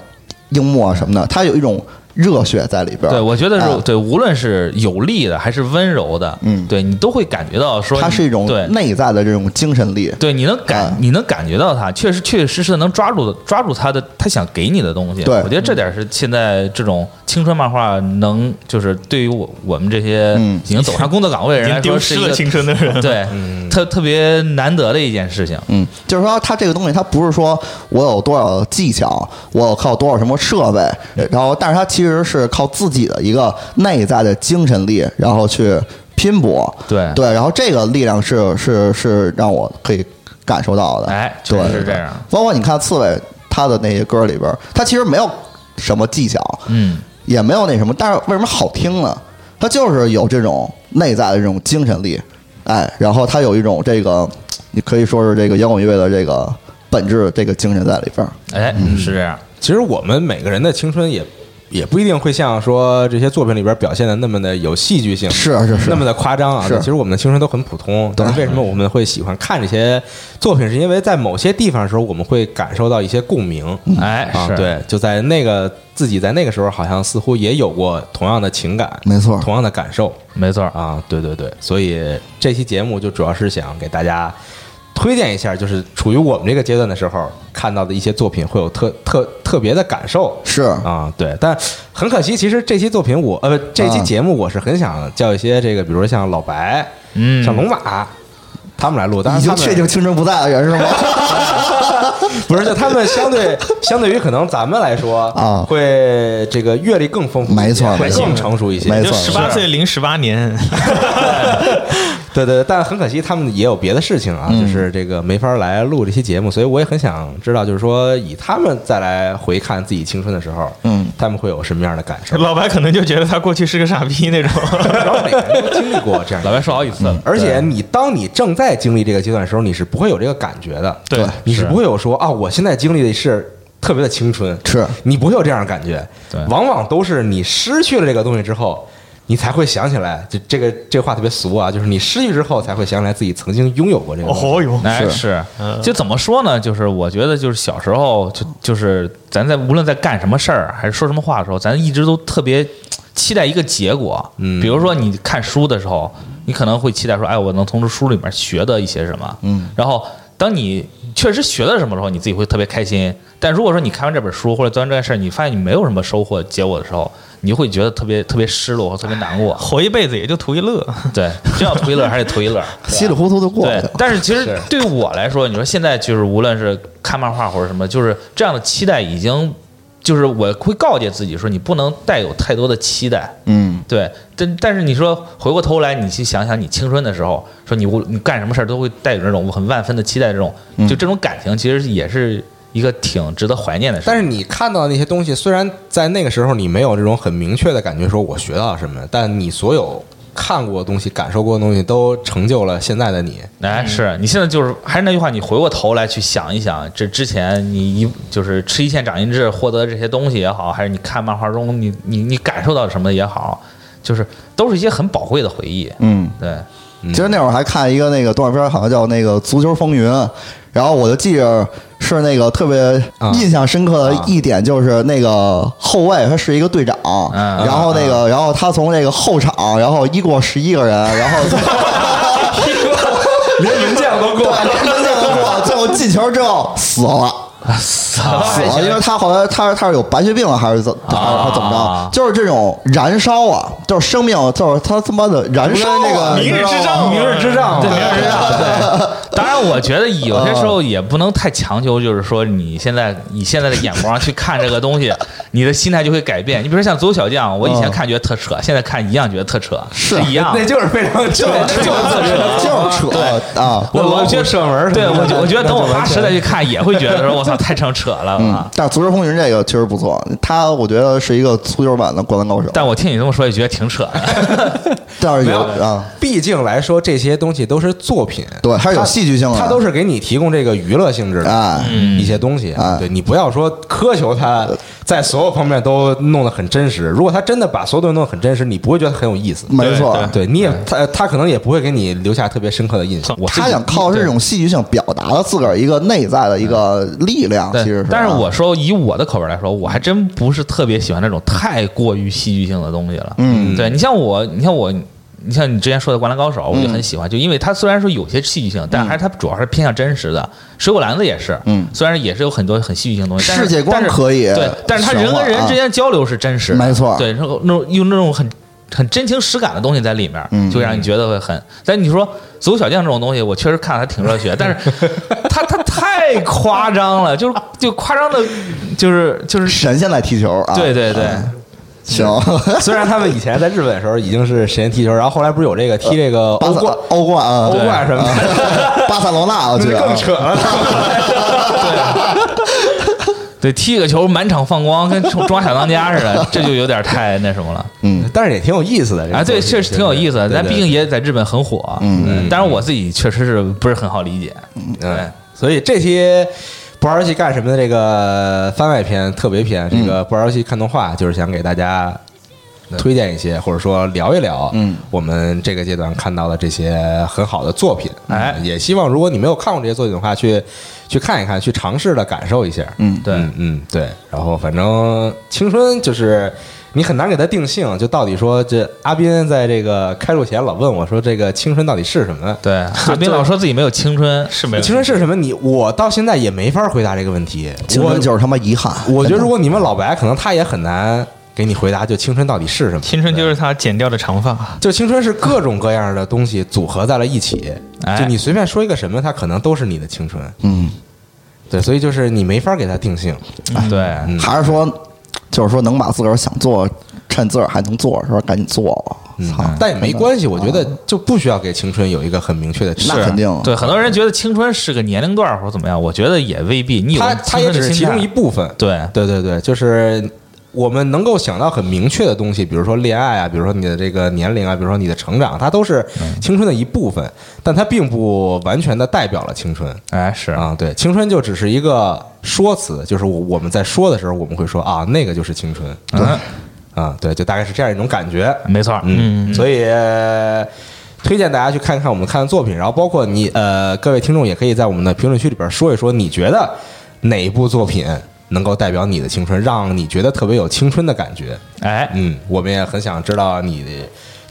樱木啊什么的，它有一种热血在里边儿。对，我觉得啊是对，无论是有力的还是温柔的，嗯对你都会感觉到说你，它是一种对内在的这种精神力。对，你能感、啊你能感觉到他，确实确确实实地能抓住抓住他的他想给你的东西。对我觉得这点是现在这种青春漫画能就是对于我我们这些嗯已经走上工作岗位的已人来经说丢是失一了嗯个青春的人，对特特别难得的一件事情。嗯，就是说，它这个东西，它不是说我有多少技巧，我有靠多少什么设备，嗯然后，但是它其实是靠自己的一个内在的精神力，然后去拼搏。对对，然后这个力量是是是让我可以感受到的。哎对，确实是对这样。包括你看刺猬他的那些歌里边，他其实没有什么技巧，嗯，也没有那什么，但是为什么好听呢？它就是有这种内在的这种精神力，哎，然后它有一种这个，你可以说是这个摇滚乐的这个本质这个精神在里边儿。哎，是这样。其实我们每个人的青春也也不一定会像说这些作品里边表现的那么的有戏剧性，是是是那么的夸张啊。是其实我们的青春都很普通，但是为什么我们会喜欢看这些作品？是因为在某些地方的时候，我们会感受到一些共鸣。哎，啊，是，对，就在那个自己在那个时候，好像似乎也有过同样的情感，没错同样的感受没错。啊，对对对，所以这期节目就主要是想给大家推荐一下，就是处于我们这个阶段的时候看到的一些作品会有特特特别的感受是，啊，对，但很可惜，其实这期作品我呃不，这期啊节目我是很想叫一些这个，比如说像老白、嗯，像龙马他们来录，当已然他经们确定青春不在的人是吗？不是，就他们相对 [laughs] 相对于可能咱们来说啊会这个阅历更丰富一些，没错会没错更成熟一些，没 [laughs] 就错十八岁零十八年，对对，但很可惜，他们也有别的事情啊，嗯就是这个没法来录这期节目，所以我也很想知道，就是说以他们再来回看自己青春的时候，嗯，他们会有什么样的感受？老白可能就觉得他过去是个傻逼那种。然后每个人都经历过这样的老白说好几次了，而且你当你正在经历这个阶段的时候，你是不会有这个感觉的，对你是不会有说啊，我现在经历的是特别的青春，是你不会有这样的感觉，对往往都是你失去了这个东西之后。你才会想起来，就这个这话特别俗啊，就是你失去之后才会想起来自己曾经拥有过这个东西。哦哟，哎是是嗯，就怎么说呢？就是我觉得，就是小时候，就就是咱在无论在干什么事儿，还是说什么话的时候，咱一直都特别期待一个结果。嗯比如说你看书的时候，你可能会期待说，哎，我能从这书里面学到一些什么。嗯，然后当你确实学到什么时候，你自己会特别开心。但如果说你看完这本书或者做完这件事儿，你发现你没有什么收获结果的时候，你就会觉得特别特别失落和特别 [laughs] 难过。活一辈子也就图一乐，对，真要图一乐还是图一乐。稀里糊涂的过去对 [laughs] 了，。但是其实是对我来说，你说现在就是无论是看漫画或者什么，就是这样的期待已经，就是我会告诫自己说，你不能带有太多的期待。嗯，对，但但是你说回过头来，你去想想你青春的时候，说你无你干什么事儿都会带有这种很万分的期待，这种就这种感情，其实也是一个挺值得怀念的事。但是你看到的那些东西，虽然在那个时候你没有这种很明确的感觉，说我学到了什么，但你所有看过的东西、感受过的东西，都成就了现在的你。哎，是你现在就是还是那句话，你回过头来去想一想，这之前你一就是吃一堑长一智获得的这些东西也好，还是你看漫画中你你你感受到什么也好，就是都是一些很宝贵的回忆。嗯。对，嗯其实那会儿还看一个那个动画片儿，好像叫那个《足球风云》，然后我就记着是那个特别啊印象深刻的啊一点，就是那个后卫他是一个队长，啊嗯然后那个然后他从那个后场，然后一过十一个人，然后 [laughs] 连名将都过对，真的 [laughs] 过，最后进球之后死了。死死了，因为他好像他他是有白血病啊，还是怎还是还是怎么啊着？就是这种燃烧啊，就是生命，就是他他妈的燃烧那啊！个你明知日道之吗仗，明日之仗啊对，对明日之仗， [laughs] 当然，我觉得有些时候也不能太强求，就是说你现在以现在的眼光去看这个东西，你的心态就会改变。你比如像足球小将，我以哦前看觉得特扯，现在看一样觉得特扯，是一样的那。就是非常正那就是就是扯啊！我我觉得射门什么的对我那觉就我觉得等我那就完八十全再去看，也会觉得说我操太成扯了嗯啊！，但是《足球风云》这个确实不错，它我觉得是一个足球版的《灌篮高手》，但我听你这么说也觉得挺扯的，但是没有有啊，毕竟来说，这些东西都是作品，对，还是有戏剧性的，它都是给你提供这个娱乐性质的哎，一些东西哎。对你不要说苛求它在所有方面都弄得很真实。如果他真的把所有东西弄得很真实，你不会觉得很有意思。没错，对，你也他他可能也不会给你留下特别深刻的印象。我他想靠这种戏剧性表达了自个儿一个内在的一个力量，其对，实是。啊但是我说以我的口味来说，我还真不是特别喜欢这种太过于戏剧性的东西了。嗯，对你像我，你像我，你像你之前说的《灌篮高手》，我就嗯很喜欢，就因为它虽然说有些戏剧性，但还是它主要是偏向真实的。水果篮子也是，嗯虽然也是有很多很戏剧性的东西，但是世界观但是可以对，但是它人呃神话啊跟人之间的交流是真实的，没错对，然后那种用那种很。很真情实感的东西在里面，嗯就会让你觉得会很。但你说《足球小将》这种东西，我确实看了还挺热血，但是它它太夸张了，就是就夸张的，就是就是，神仙在踢球啊，对对对，行， [laughs] 虽然他们以前在日本的时候已经是神仙踢球，然后后来不是有这个踢这呃个巴欧萨冠、欧冠啊，欧冠什么 [laughs] 的，巴塞罗那，我那觉就得更扯了。对，踢个球满场放光，跟中中华小当家似的，这就有点太那什么了。嗯， [laughs] 但是也挺有意思的啊，对，确实挺有意思的，咱但毕竟也在日本很火。嗯对当然我自己确实是不是很好理解。嗯，所以这些不玩游戏干什么的这个番外篇、特别篇，这嗯个不玩游戏看动画，就是想给大家推荐一些，或者说聊一聊，嗯，我们这个阶段看到的这些很好的作品，哎嗯也希望如果你没有看过这些作品的话，去去看一看，去尝试的感受一下，嗯对嗯嗯，对。然后反正青春就是你很难给它定性，就到底说这阿斌在这个开录前老问我说这个青春到底是什么？对，阿斌老说自己没有青春，是没有青春是什么？你我到现在也没法回答这个问题。青春就是他妈遗憾。我我觉得如果你问老白，可能他也很难给你回答，就青春到底是什么？青春就是他剪掉的长发，就青春是各种各样的东西组合在了一起，哎就你随便说一个什么，它可能都是你的青春。嗯，对，所以就是你没法给它定性。对，嗯还是说，就是说能把自个儿想做，趁自个儿还能做的时候赶紧做吧。嗯操，但也没关系，我觉得就不需要给青春有一个很明确的定啊那义。肯定对，很多人觉得青春是个年龄段儿或者怎么样，我觉得也未必。你有它它也只是其中一部部分。对对对对，就是我们能够想到很明确的东西，比如说恋爱啊，比如说你的这个年龄啊，比如说你的成长，它都是青春的一部分，但它并不完全的代表了青春哎是啊。对，青春就只是一个说辞，就是我我们在说的时候，我们会说啊，那个就是青春嗯，啊，对，就大概是这样一种感觉。没错儿，嗯，所以呃推荐大家去看看我们看的作品，然后包括你呃各位听众也可以在我们的评论区里边说一说，你觉得哪一部作品能够代表你的青春，让你觉得特别有青春的感觉？哎，嗯，我们也很想知道你的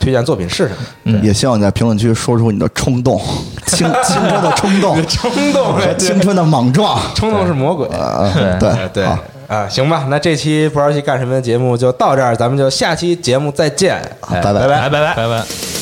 推荐作品是什么。，也希望你在评论区说出你的冲动，青青春的冲 [laughs] 动 [laughs] 冲动，青春的莽撞。冲动是魔 [laughs] 鬼。呃，呃对对好啊，行吧，那这期不玩游戏干什么节目就到这儿，咱们就下期节目再见，哎拜拜拜拜哎，拜拜。拜拜。